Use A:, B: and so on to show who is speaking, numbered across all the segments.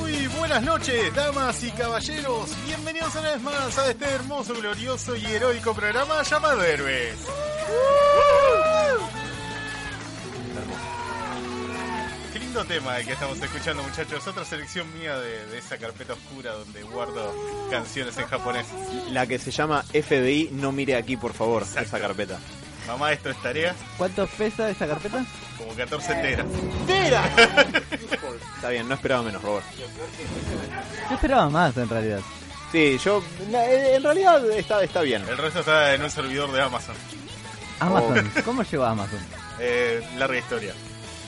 A: Muy buenas noches, damas y caballeros. Bienvenidos una vez más a este hermoso, glorioso y heroico programa llamado Héroes. Qué lindo tema el que estamos escuchando, muchachos. Otra selección mía de, de esa carpeta oscura donde guardo canciones en japonés.
B: La que se llama FBI, no mire aquí, por favor, esa carpeta.
A: Mamá, esto es tarea
C: ¿Cuánto pesa esta carpeta?
A: como 14 teras.
B: Está bien, no esperaba menos, Robert.
C: Yo esperaba más en realidad.
B: Sí, yo. na- eh, En realidad está, está bien.
A: El resto está en un servidor de Amazon.
C: Amazon,
B: Oh.
C: ¿cómo llegó a Amazon?
A: Eh, larga historia.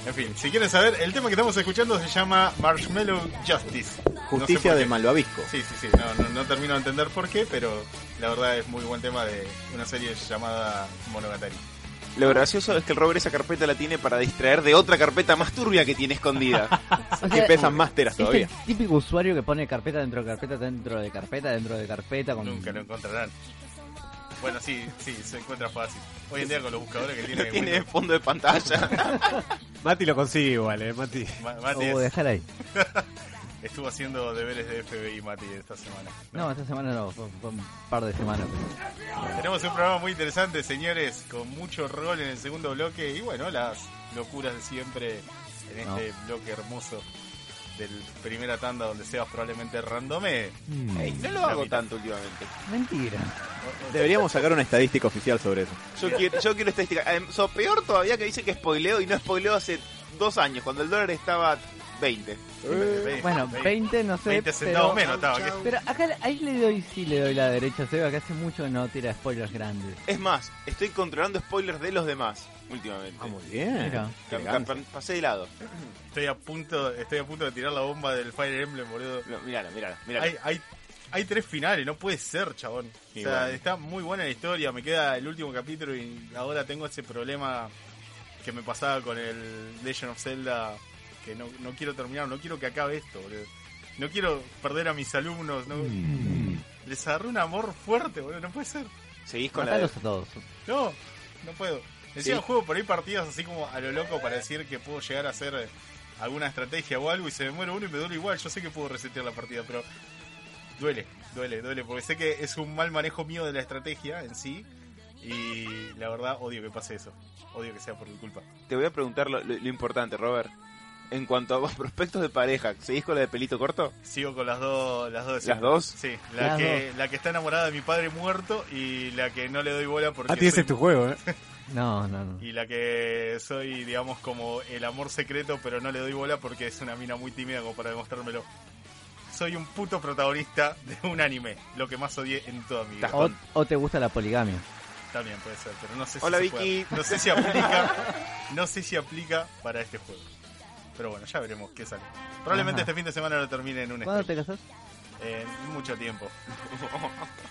A: En fin, si quieren saber, el tema que estamos escuchando se llama Marshmallow Justice. No sé
B: Justicia
A: por
B: de
A: qué.
B: Malvavisco.
A: Sí, sí, sí, no, no, no termino de entender por qué, pero la verdad es muy buen tema de una serie llamada Monogatari.
D: Lo gracioso es que el Robert esa carpeta la tiene para distraer de otra carpeta más turbia que tiene escondida.
C: O
B: Que
C: sea,
B: pesan más teras
C: es el
B: todavía.
C: Este típico usuario que pone carpeta dentro de carpeta, dentro de carpeta, dentro de carpeta. Con... Oh,
A: Nunca lo encontrarán. Bueno, sí, sí, se encuentra fácil. Hoy en día con los buscadores que
D: No
A: tiene...
D: tiene
A: Windows,
D: fondo de pantalla.
E: Mati lo consigue igual, eh, Mati.
A: Ma- Mati
C: Oh,
A: es-
C: déjala ahí.
A: estuvo haciendo deberes de FBI, Mati, esta semana.
C: No, esta semana no, fue, fue un par de semanas.
A: Tenemos un programa muy interesante, señores, con mucho rol en el segundo bloque y bueno, las locuras de siempre en
C: No.
A: este bloque hermoso del primera tanda donde Sebas probablemente randomé.
B: Mm.
D: Ey, no lo hago tanto últimamente.
C: Mentira.
B: Deberíamos sacar una estadística oficial sobre eso.
D: Yo quiero, yo quiero estadística. Em, so, peor todavía que dice que spoileo y no spoileo hace dos años, cuando el dólar estaba 20.
C: Eh, Bueno, 20 no sé,
A: 20
C: pero-
A: centavos menos estaba. que-
C: Pero acá ahí le doy, sí le doy la derecha a Seba, que hace mucho no tira spoilers grandes.
D: Es más, estoy controlando spoilers de los demás últimamente.
B: Ah, muy bien.
C: Mira.
B: Qué
D: Ca-
B: elegancia.
D: ca- pasé de lado.
A: Estoy a punto, estoy a punto de tirar la bomba del Fire Emblem, boludo.
D: No, mirala, mirala, mirala.
A: Hay, hay, hay tres finales, no puede ser, chabón. O
D: Y
A: sea,
D: bueno.
A: está muy buena la historia, me queda el último capítulo y ahora tengo ese problema que me pasaba con el Legend of Zelda, que no, no quiero terminar, no quiero que acabe esto, boludo. No quiero perder a mis alumnos, no- Les agarré un amor fuerte, boludo, no puede ser.
D: Seguís con la de-
C: Matalos a todos.
A: No, no puedo. Encima
D: Sí.
A: juego por ahí partidas así como a lo loco para decir que puedo llegar a hacer eh, alguna estrategia o algo y se me muere uno y me duele igual. Yo sé que puedo resetear la partida, pero duele, duele, duele. Porque sé que es un mal manejo mío de la estrategia en sí. Y la verdad odio que pase eso. Odio que sea por mi culpa.
D: Te voy a preguntar lo, lo- lo importante, Robert. En cuanto a vos, prospectos de pareja, ¿seguís con la de pelito corto?
A: Sigo con las dos. Las dos. de
D: ¿Las
A: siempre.
D: dos?
A: Sí, la,
C: Las
A: que, la que está enamorada de mi padre muerto y la que no le doy bola porque...
E: Mati, ese
A: soy-
E: es tu juego, eh.
C: No, no, no.
A: Y la que soy, digamos, como el amor secreto, pero no le doy bola porque es una mina muy tímida como para demostrármelo. Soy un puto protagonista de un anime, lo que más odié en toda mi vida.
D: Estás
C: O, o te gusta la poligamia.
A: También puede ser, pero no sé si
D: Hola,
A: se
D: Vicky.
A: puede. No sé si aplica, no sé si aplica para este juego. Pero bueno, ya veremos qué sale. Probablemente
C: Ajá.
A: este fin de semana lo termine en un
C: ¿Cuándo te
A: stream.
C: casas?
A: En mucho tiempo.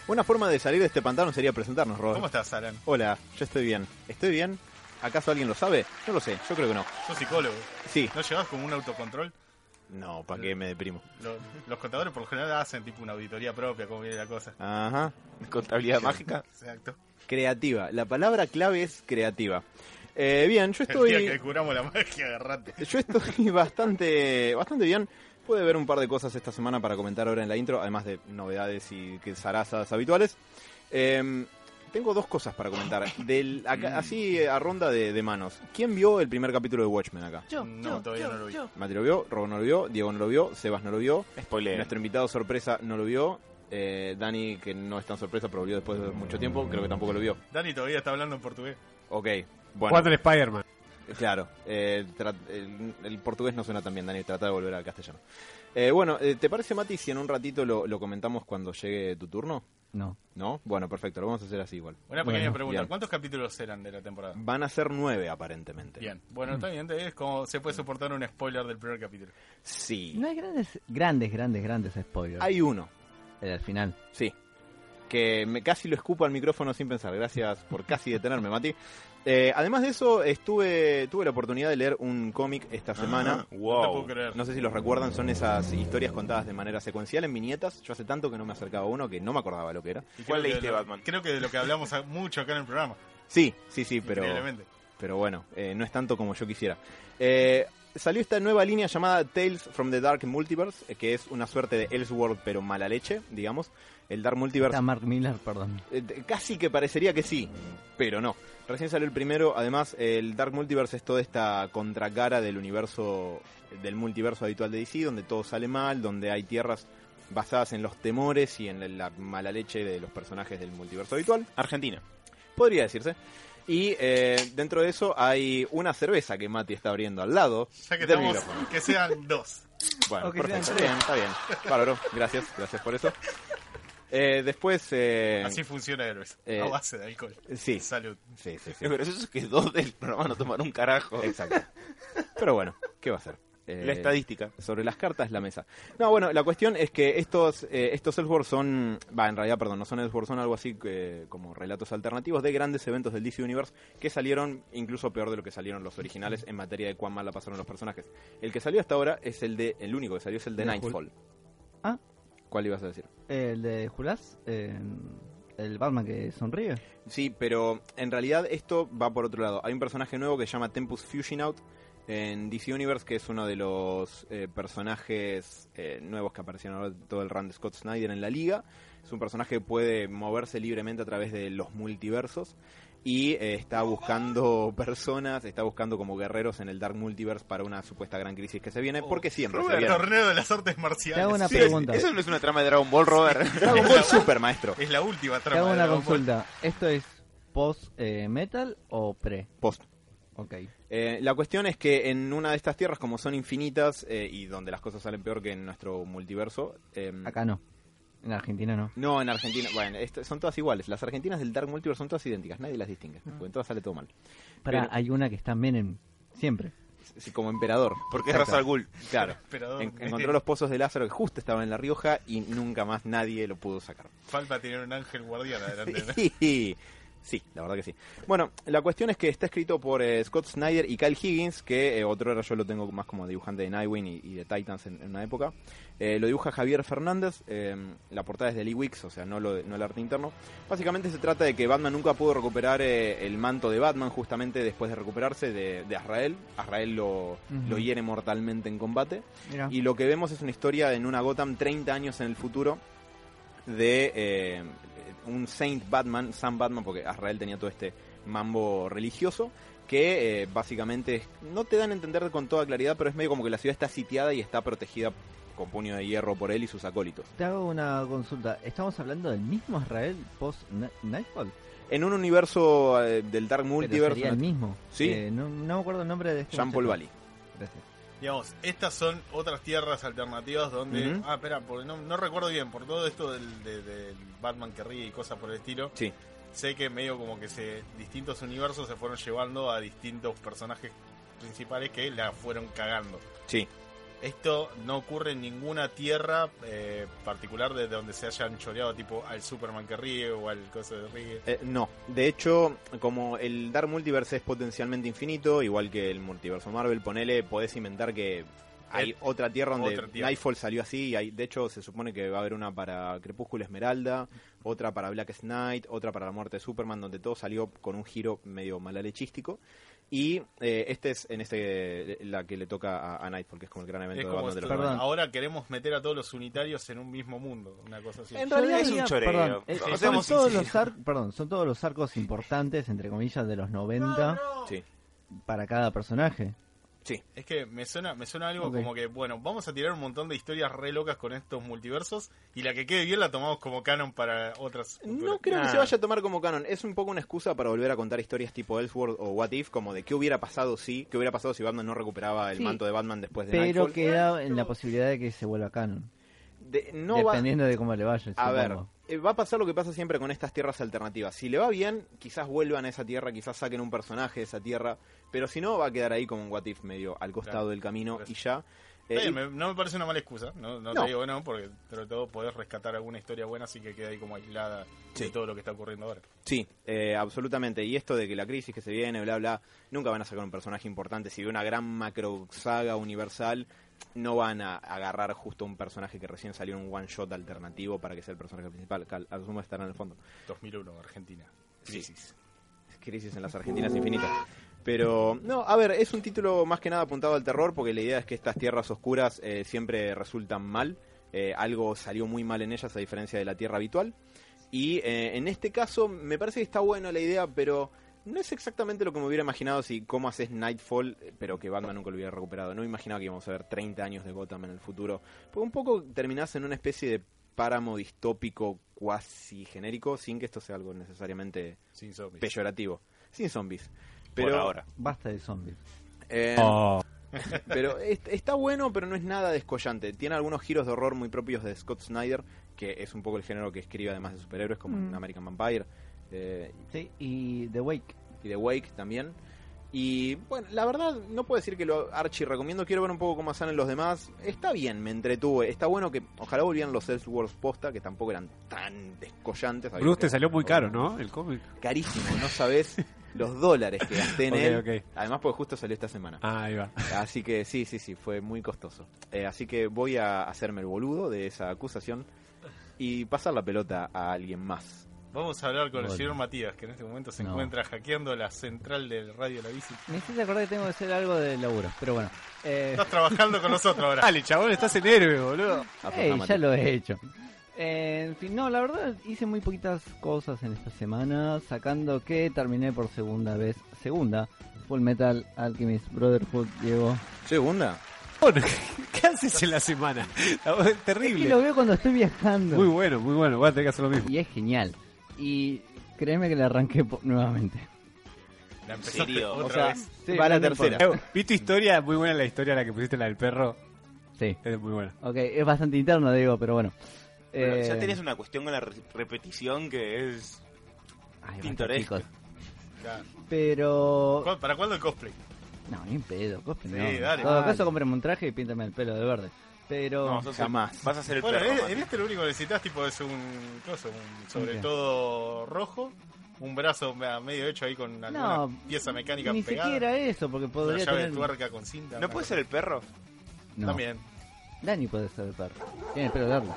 B: Una forma de salir de este pantano sería presentarnos,
A: ¿Cómo
B: Robert.
A: estás, Alan?
B: Hola, yo estoy bien. ¿Estoy bien? ¿Acaso alguien lo sabe? No lo sé, yo creo que no.
A: Sos psicólogo.
B: Sí.
A: ¿No llevas como un autocontrol?
B: No, ¿para qué me deprimo?
A: Lo- los contadores por lo general hacen tipo una auditoría propia, como viene la cosa.
B: Ajá.
D: ¿Contabilidad mágica?
A: Exacto.
B: Creativa. La palabra clave es creativa. Eh, bien, yo
A: El día que
B: estoy.
A: curamos la magia, agarrate.
B: Yo estoy bastante. bastante bien. Puede haber un par de cosas esta semana para comentar ahora en la intro, además de novedades y que zarazas habituales. Eh, tengo dos cosas para comentar. Del,
A: Mm.
B: acá- así eh, a ronda de, de manos. ¿Quién vio el primer capítulo de Watchmen acá?
A: No, todavía no lo vi.
B: Mati lo vio, Robo no lo vio, Diego no lo vio, Sebas no lo vio,
A: Este.
D: Spoiler.
B: nuestro invitado sorpresa no lo vio, eh, Dani, que no es tan sorpresa, pero lo vio después de mucho tiempo, creo que tampoco lo vio.
A: Dani todavía está hablando en portugués.
B: Ok, bueno.
E: Jugando al Spider-Man.
B: Claro, eh, tra- el, el portugués no suena tan bien, Dani, trata de volver al castellano. Eh, bueno, eh, ¿te parece, Mati, si en un ratito lo, lo comentamos cuando llegue tu turno?
C: No.
B: ¿No? Bueno, perfecto, lo vamos a hacer así igual.
A: Una pequeña
C: Bueno,
A: pregunta.
B: bien.
A: ¿Cuántos capítulos eran de la temporada?
B: Van a ser nueve aparentemente.
A: Bien. Bueno, está bien. Es como se puede soportar un spoiler del primer capítulo.
B: Sí.
C: No hay grandes, grandes, grandes, grandes spoilers.
B: Hay uno,
C: El al final.
B: sí. Que me casi lo escupo al micrófono sin pensar. Gracias por casi detenerme, Mati. Eh, además de eso, estuve, tuve la oportunidad de leer un cómic esta semana.
A: No te puedo creer.
B: No sé si los recuerdan, son esas historias contadas de manera secuencial en viñetas. Yo hace tanto que no me acercaba a uno que no me acordaba lo que era.
A: Y creo que
D: ¿Cuál leíste,
A: de lo-
D: Batman?
A: Creo que de lo que hablamos a- mucho acá en el programa.
B: Sí, sí, sí, pero...
A: Increíblemente.
B: pero bueno, eh, no es tanto como yo quisiera. Eh, salió esta nueva línea llamada Tales from the Dark Multiverse, eh, que es una suerte de Elseworld, pero mala leche, digamos. El Dark Multiverse
C: Está Mark Miller, perdón.
B: eh, te- casi que parecería que sí, pero no. Recién salió el primero, además el Dark Multiverse es toda esta contracara del universo, del multiverso habitual de DC, donde todo sale mal, donde hay tierras basadas en los temores y en la- la mala leche de los personajes del multiverso habitual
D: Argentina.
B: podría decirse. Y eh, dentro de eso hay una cerveza que Mati está abriendo al lado
A: Ya que
B: del
A: estamos,
B: micrófono.
A: que sean dos.
B: Bueno,
C: O que
B: perfecto.
C: sean
B: Está bien, está bien. Bárbaro, gracias, gracias por eso. Eh, después... eh,
A: Así funciona Héroes.
B: eh,
A: a base de alcohol.
B: sí.
A: Salud.
B: Sí, sí, sí.
D: Pero eso es que dos del programa no tomaron un carajo.
A: Eh,
B: Exacto. Pero bueno, ¿qué va a ser? Eh,
D: La estadística.
B: sobre las cartas la mesa. No, bueno, la cuestión es que estos eh, estos Elseworlds son, va, en realidad, perdón, no son Elseworlds, son algo así que- como relatos alternativos de grandes eventos del DC Universe que salieron incluso peor de lo que salieron los originales en materia de cuán mal la pasaron los personajes. El que salió hasta ahora es el de, el único que salió es el de
C: De
B: Nightfall.
C: Ah.
B: ¿Cuál ibas a decir?
C: Eh, El de Julás, el Batman que sonríe.
B: Sí, pero en realidad esto va por otro lado. Hay un personaje nuevo que se llama Tempus Fusion Out en DC Universe, que es uno de los eh, personajes eh, nuevos que aparecieron ahora todo el run de Scott Snyder en la liga. Es un personaje que puede moverse libremente a través de los multiversos y eh, está buscando personas, está buscando como guerreros en el Dark Multiverse para una supuesta gran crisis que se viene, porque
D: Oh,
B: siempre se
A: Rubén,
B: viene.
A: torneo de las artes marciales.
C: Te hago una
A: Sí,
C: pregunta.
D: Eso no es una trama de Dragon Ball, Robert.
B: Dragon Ball Super, maestro.
A: Es la última
C: Te
A: trama.
C: hago
A: de
C: una
A: Dragon Ball.
C: consulta. ¿Esto es post-metal o pre?
B: Post.
C: Ok.
B: Eh, la cuestión es que en una de estas tierras, como son infinitas eh, y donde las cosas salen peor que en nuestro multiverso, eh,
A: Mm.
C: Acá no. En Argentina no.
B: no, en Argentina, bueno, esto- son todas iguales. Las argentinas del Dark Multiverse son todas idénticas, nadie las distingue, porque en todas sale todo mal.
C: Pará,
B: Pero-
C: hay una que está en Menem. Siempre.
B: Sí, como emperador.
D: Porque es Ra's al Ghul.
B: Claro.
A: Pero- eh,
B: En- encontró los pozos de Lázaro que justo estaban en La Rioja y nunca más nadie lo pudo sacar.
A: Falta tener un ángel guardián adelante. ¿no?
B: Sí, sí, la verdad que sí. Bueno, la cuestión es que está escrito por eh, Scott Snyder y Kyle Higgins, que eh, otro era yo lo tengo más como dibujante de Nightwing y, y de Titans en, en una época. Eh, lo dibuja Javier Fernández, eh, la portada es de Lee Wicks, o sea, no, lo, no el arte interno. Básicamente se trata de que Batman nunca pudo recuperar eh, el manto de Batman justamente después de recuperarse de, de Azrael. Azrael lo, lo hiere mortalmente en combate.
C: Mira.
B: Y lo que vemos es una historia en una Gotham 30 años en el futuro de eh, un Saint Batman, San Batman, porque Azrael tenía todo este mambo religioso, que eh, básicamente es- no te dan a entender con toda claridad, pero es medio como que la ciudad está sitiada y está protegida con puño de hierro por él y sus acólitos.
C: Te hago una consulta. ¿Estamos hablando del mismo Israel post-Nightfall?
B: En un universo eh, del Dark
C: Pero sería
B: Multiverse,
C: el mismo.
B: Sí.
C: Eh, no, no me acuerdo el nombre de este.
B: Jean-Paul
C: muchacho.
B: Valley.
C: Gracias.
A: Digamos, estas son otras tierras alternativas donde.
B: Ujú.
A: Ah, espera, porque no, no recuerdo bien. Por todo esto del, de- del Batman que ríe y cosas por el estilo.
B: Sí.
A: Sé que medio como que se distintos universos se fueron llevando a distintos personajes principales que la fueron cagando.
B: Sí.
A: Esto no ocurre en ninguna tierra eh, particular de donde se hayan choreado, tipo al Superman que ríe o al cosa de ríe.
B: Eh, no, de hecho, como el Dark Multiverse es potencialmente infinito, igual que el multiverso Marvel, ponele, podés inventar que hay
A: Eh,
B: otra tierra donde
A: otra tierra.
B: Nightfall salió así, y hay, de hecho se supone que va a haber una para Crepúsculo Esmeralda, otra para Black Knight, otra para la muerte de Superman, donde todo salió con un giro medio malalechístico. Y eh, este es en este la que le toca a, a Nightfall, que es como el gran evento
A: Es
B: de
A: como
B: Batman de
A: esto,
B: los
C: Perdón.
A: ahora queremos meter a todos los unitarios en un mismo mundo, una cosa así.
B: En
C: Yo
B: realidad
D: es un
C: diría-
D: choreo.
C: perdón, eh,
D: No,
C: son
D: seamos
C: todos
D: sinceros.
C: los ar- perdón, son todos los arcos importantes, entre comillas, de los 90
B: Sí,
C: para cada personaje.
B: sí.
A: Es que me suena, me suena algo
C: Ok.
A: como que, bueno, vamos a tirar un montón de historias re locas con estos multiversos y la que quede bien la tomamos como canon para otras.
B: No
A: futuras.
B: creo que
D: Nah.
B: se vaya a tomar como canon. Es un poco una excusa para volver a contar historias tipo Elseworld o What If, como de qué hubiera pasado si, qué hubiera pasado si Batman no recuperaba el
C: Sí.
B: manto de Batman después de
C: Pero
B: Nightfall.
C: queda en la posibilidad de que se vuelva canon.
B: De- no va-
C: dependiendo de cómo le vaya.
B: A ver,
C: supongo.
B: eh, va a pasar lo que pasa siempre con estas tierras alternativas. Si le va bien, quizás vuelvan a esa tierra, quizás saquen un personaje de esa tierra, pero si no, va a quedar ahí como un What If medio al costado
A: Claro,
B: del camino
A: por eso.
B: y ya. Eh,
A: Está bien,
B: y-
A: me- no me parece una mala excusa, no, no
B: No.
A: te digo que no, porque pero todo podés rescatar alguna historia buena así que queda ahí como aislada de
B: Sí.
A: todo lo que está ocurriendo ahora.
B: Sí, eh, absolutamente. Y esto de que la crisis que se viene, bla, bla, nunca van a sacar un personaje importante. Si ve una gran macro saga universal, no van a agarrar justo un personaje que recién salió en un one shot alternativo para que sea el personaje principal. Cal- Al sumo estará en el fondo.
A: 2001, Argentina. Crisis.
B: Crisis en las Argentinas infinitas. Pero, no, a ver, es un título más que nada apuntado al terror, porque la idea es que estas tierras oscuras eh, siempre resultan mal. Eh, algo salió muy mal en ellas, a diferencia de la tierra habitual. Y eh, en este caso, me parece que está buena la idea, pero no es exactamente lo que me hubiera imaginado si cómo haces Nightfall, eh, pero que Batman nunca lo hubiera recuperado. No me imaginaba que íbamos a ver 30 años de Gotham en el futuro. Porque un poco terminás en una especie de páramo distópico cuasi genérico, sin que esto sea algo necesariamente
A: Sin zombies.
B: peyorativo. Sin zombies. Pero,
D: ahora.
F: Basta de zombies.
B: eh,
E: Oh.
B: pero est- está bueno, pero no es nada descollante. Tiene algunos giros de horror muy propios de Scott Snyder, que es un poco el género que escribe además de superhéroes, como en
F: Mm.
B: American Vampire eh,
F: Sí, y The Wake.
B: y The Wake también. Y bueno, la verdad, no puedo decir que lo archi recomiendo. Quiero ver un poco cómo salen los demás. Está bien, me entretuve. Está bueno que ojalá volvieran los Elseworlds posta, que tampoco eran tan descollantes. Había
E: Bruce te
B: que-
E: salió muy caro, ¿no? El cómic.
B: Carísimo, no sabes los dólares que gasté en
E: Ok,
B: él.
E: ok.
B: Además, porque justo salió esta semana.
E: Ah, ahí va.
B: Así que sí, sí, sí, fue muy costoso. Eh, así que voy a hacerme el boludo de esa acusación y pasar la pelota a alguien más.
A: Vamos a hablar con
F: Bueno.
A: el señor Matías, que en este momento se
F: No.
A: encuentra hackeando la central del radio La Bici.
F: Me hiciste acordar que tengo que hacer algo de laburo, pero bueno. Eh,
A: Estás trabajando con nosotros ahora.
E: Dale, chabón, estás en héroe, boludo.
B: Afloja,
F: Ey,
B: Mati.
F: ya lo he hecho. Eh, en fin, no, la verdad hice muy poquitas cosas en esta semana, sacando que terminé por segunda vez, segunda, Full Metal Alchemist Brotherhood, Diego.
B: Segunda.
E: Bueno, ¿Qué haces en la semana? La voz
F: Es
E: es
F: que lo
E: terrible.
F: veo cuando estoy viajando.
E: Muy bueno, muy bueno. Voy a tener que hacer lo mismo.
F: y es genial. Y créeme que la arranqué po- nuevamente.
A: La empezaste
D: serio?
A: otra
B: O sea,
A: vez.
F: Sí,
B: va la
F: no me
B: tercera.
F: importa.
E: Vi tu historia, muy buena la historia la que pusiste, la del perro.
F: Sí,
E: Es muy buena.
F: ok, es bastante interno, Diego, pero bueno.
D: Pero ya
F: Eh,
D: tenés una cuestión con la re- repetición que es.
F: ay, basta,
D: pintoresco.
F: chicos.
A: Ya.
F: Pero
A: ¿Cu- ¿Para cuándo el cosplay?
F: No, ni en pedo, cosplay
A: Sí,
F: no. En
A: dale.
F: todo
B: Dale.
F: caso, cómprame un traje y píntame el pelo de verde. Pero.
D: no, sos el-
B: jamás.
D: vas a ser el
A: Bueno,
D: perro.
A: en,
D: Mati.
A: en este lo único que necesitas tipo es un, coso, un sobre
F: Ok.
A: todo rojo, un brazo a medio hecho ahí con alguna
F: No,
A: pieza mecánica
F: ni
A: pegada,
F: siquiera eso, porque
A: una
F: podría
A: llave
F: tener.
A: de tuerca con cinta.
D: ¿No
A: una
D: puede
A: cosa.
D: ser el perro?
F: No,
A: También.
F: Dani puede ser el perro. Tiene el pelo largo.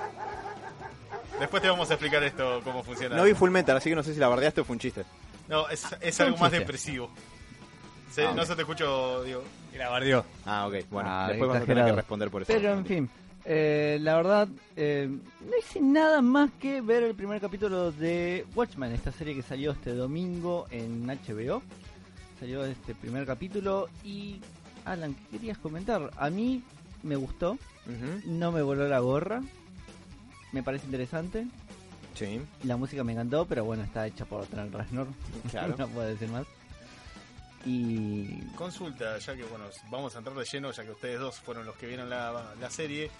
A: Después te vamos a explicar esto, cómo funciona.
B: No vi Full Metal, así que no sé si la bardeaste o fue un chiste.
A: No, es, es
F: Fue un
A: algo más
F: chiste.
A: depresivo. Sí,
F: Ah,
A: No
F: ok.
A: se te escucho, digo.
E: Y la bardeó.
B: Ah, ok. Bueno,
F: Ah,
B: después vas a tener que
F: exagerado.
B: responder por eso.
F: Pero en fin, eh, la verdad, eh, no hice nada más que ver el primer capítulo de Watchmen, esta serie que salió este domingo en HBO. Salió este primer capítulo y. Alan, ¿qué querías comentar? A mí me gustó,
B: Ujú,
F: no me voló la gorra, me parece interesante.
B: Sí,
F: La música me encantó, pero bueno, está hecha por Trent Reznor.
B: claro.
F: no puedo decir más. Y
A: Consulta, ya que bueno, vamos a entrar de lleno, ya que ustedes dos fueron los que vieron la, la serie.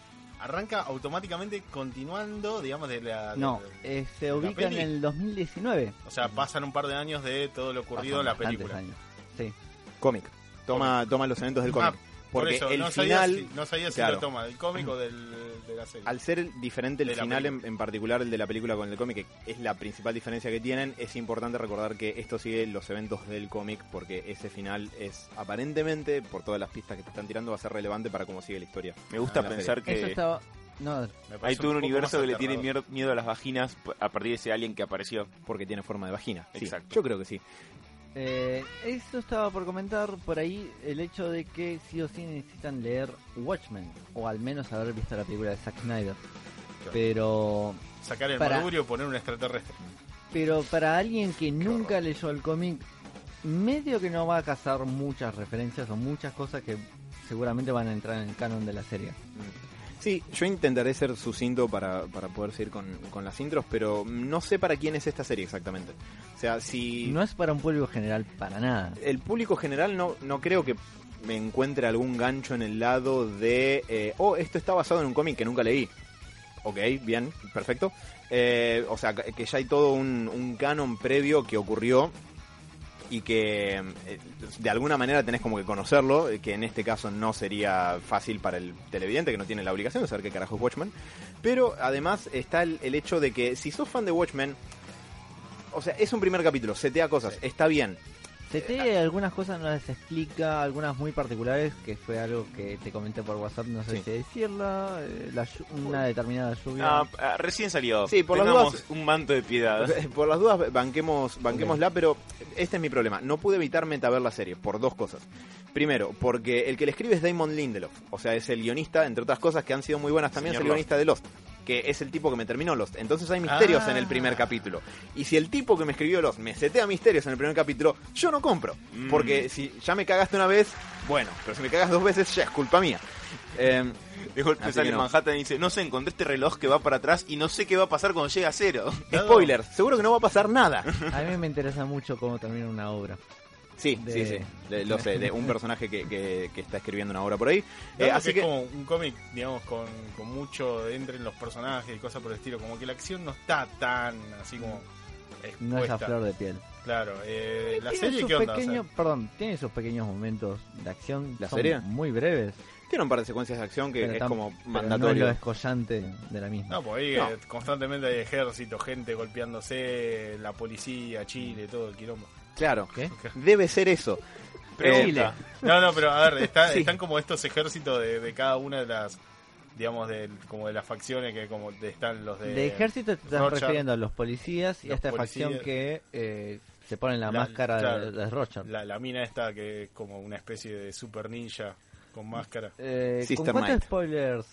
A: Arranca automáticamente continuando, digamos, de la. de-
F: no,
A: de-
F: eh, se ubica en
A: peli?
F: el 2019.
A: o sea, pasan un par de años de todo lo ocurrido en
F: Pasan
A: la
F: bastantes
A: película.
F: años. Sí.
B: Cómic. Toma, toma los elementos del cómic.
A: Ah, Por
B: porque
A: eso,
B: el
A: no
B: final.
A: sabía si, no sabía si
B: claro.
A: lo toma del cómic o del, de la serie.
B: Al ser el- diferente el
A: De la
B: final, en, en particular el de la película con el cómic, que es la principal diferencia que tienen, es importante recordar que esto sigue los eventos del cómic, porque ese final es aparentemente, por todas las pistas que te están tirando, va a ser relevante para cómo sigue la historia.
D: Me gusta
B: en la
D: pensar
F: Eso
D: que
F: estaba. No,
A: Me parece
D: hay todo un
A: poco
D: universo
A: más
D: que le tiene
A: aterrador.
D: mier- miedo a las vaginas p- a partir de ese alien que apareció.
B: Porque tiene forma de vagina. Sí,
D: Exacto.
B: Yo creo que sí.
F: eh, eso estaba por comentar por ahí el hecho de que sí o sí necesitan leer Watchmen, o al menos haber visto la película de Zack Snyder. Pero
A: Sacar el
F: Para-
A: madurio, poner un extraterrestre.
F: Pero para alguien que nunca leyó el cómic, medio que no va a cazar muchas referencias o muchas cosas que seguramente van a entrar en el canon de la serie.
B: Sí, yo intentaré ser sucinto para, para poder seguir con, con las intros, pero no sé para quién es esta serie exactamente. O sea, si...
F: Y no es para un público general para nada.
B: el público general no, no creo que me encuentre algún gancho en el lado de, eh, oh, esto está basado en un cómic que nunca leí. ok, bien, perfecto. Eh, o sea, que ya hay todo un, un canon previo que ocurrió y que eh, de alguna manera tenés como que conocerlo, eh, que en este caso no sería fácil para el televidente, que no tiene la obligación de saber qué carajo es Watchmen. Pero además está el, el hecho de que si sos fan de Watchmen, o sea, es un primer capítulo, setea cosas, está bien.
F: CT algunas cosas no las explica, algunas muy particulares, que fue algo que te comenté por WhatsApp, no sé
B: Sí.
F: si decirla, eh, la llu- una determinada lluvia.
D: Ah, ah, recién salió.
B: Sí, por las
D: Tengamos
B: dudas-
D: un manto de piedad.
B: Por las dudas, banquemos, banquémosla, pero este es mi problema. No pude evitar metaver la serie por dos cosas. Primero, porque el que le escribe es Damon Lindelof. O sea, es el guionista, entre otras cosas, que han sido muy buenas también,
D: Señor
B: es el
D: Lost.
B: guionista de Lost. Que es el tipo que me terminó Lost. Entonces hay misterios en
D: Ah.
B: el primer capítulo. Y si el tipo que me escribió Lost me setea misterios en el primer capítulo, yo no compro.
D: Mm.
B: Porque si ya me cagaste una vez, bueno. Pero si me cagas dos veces, ya es culpa mía. Em,
D: De golpe
B: Así
D: sale
B: que no.
D: Manhattan y dice, no sé, encontré este reloj que va para atrás y no sé qué va a pasar cuando llegue a cero.
B: spoilers, seguro que no va a pasar nada.
F: A mí me interesa mucho cómo termina una obra.
B: Sí,
F: de-
B: sí, sí. de- lo sé, de un personaje que, que- que está escribiendo una obra por ahí. Eh,
A: Dado
B: así
A: que
B: que.
A: es como un cómic, digamos, con, con mucho de entre en los personajes y cosas por el estilo. Como que la acción no está tan así como
F: No es a
A: expuesta.
F: flor de piel.
A: Claro, eh, la
F: Tiene
A: serie,
F: sus
A: ¿qué onda? O sea,
F: pequeños- Perdón, tiene sus pequeños momentos de acción.
B: ¿La
F: son
B: serie?
F: Muy breves.
B: Tiene un par de secuencias de acción que
F: pero
B: es
F: tam-
B: como
F: pero No es
B: mandatorio.
F: lo descollante de la misma.
A: no, pues ahí
B: No.
A: eh, constantemente hay ejército, gente golpeándose, la policía, Chile, todo el quilombo.
B: Claro.
F: ¿Qué?
B: Debe ser eso.
D: Pregunta.
A: No, no, pero a ver, está-
B: Sí.
A: están como estos ejércitos de, de cada una de las, digamos, de, como de las facciones que como de- están los de...
F: De ejército te están
A: Roger.
F: refiriendo a los policías y
A: pues, Los
F: a esta facción
A: policías.
F: que eh, se pone la,
A: La-
F: máscara de-
A: claro.
F: de, Roger.
A: La, la mina esta que es como una especie de super ninja con máscara.
F: Eh, ¿Con
B: Sister
F: cuántos
B: Knight.
F: spoilers?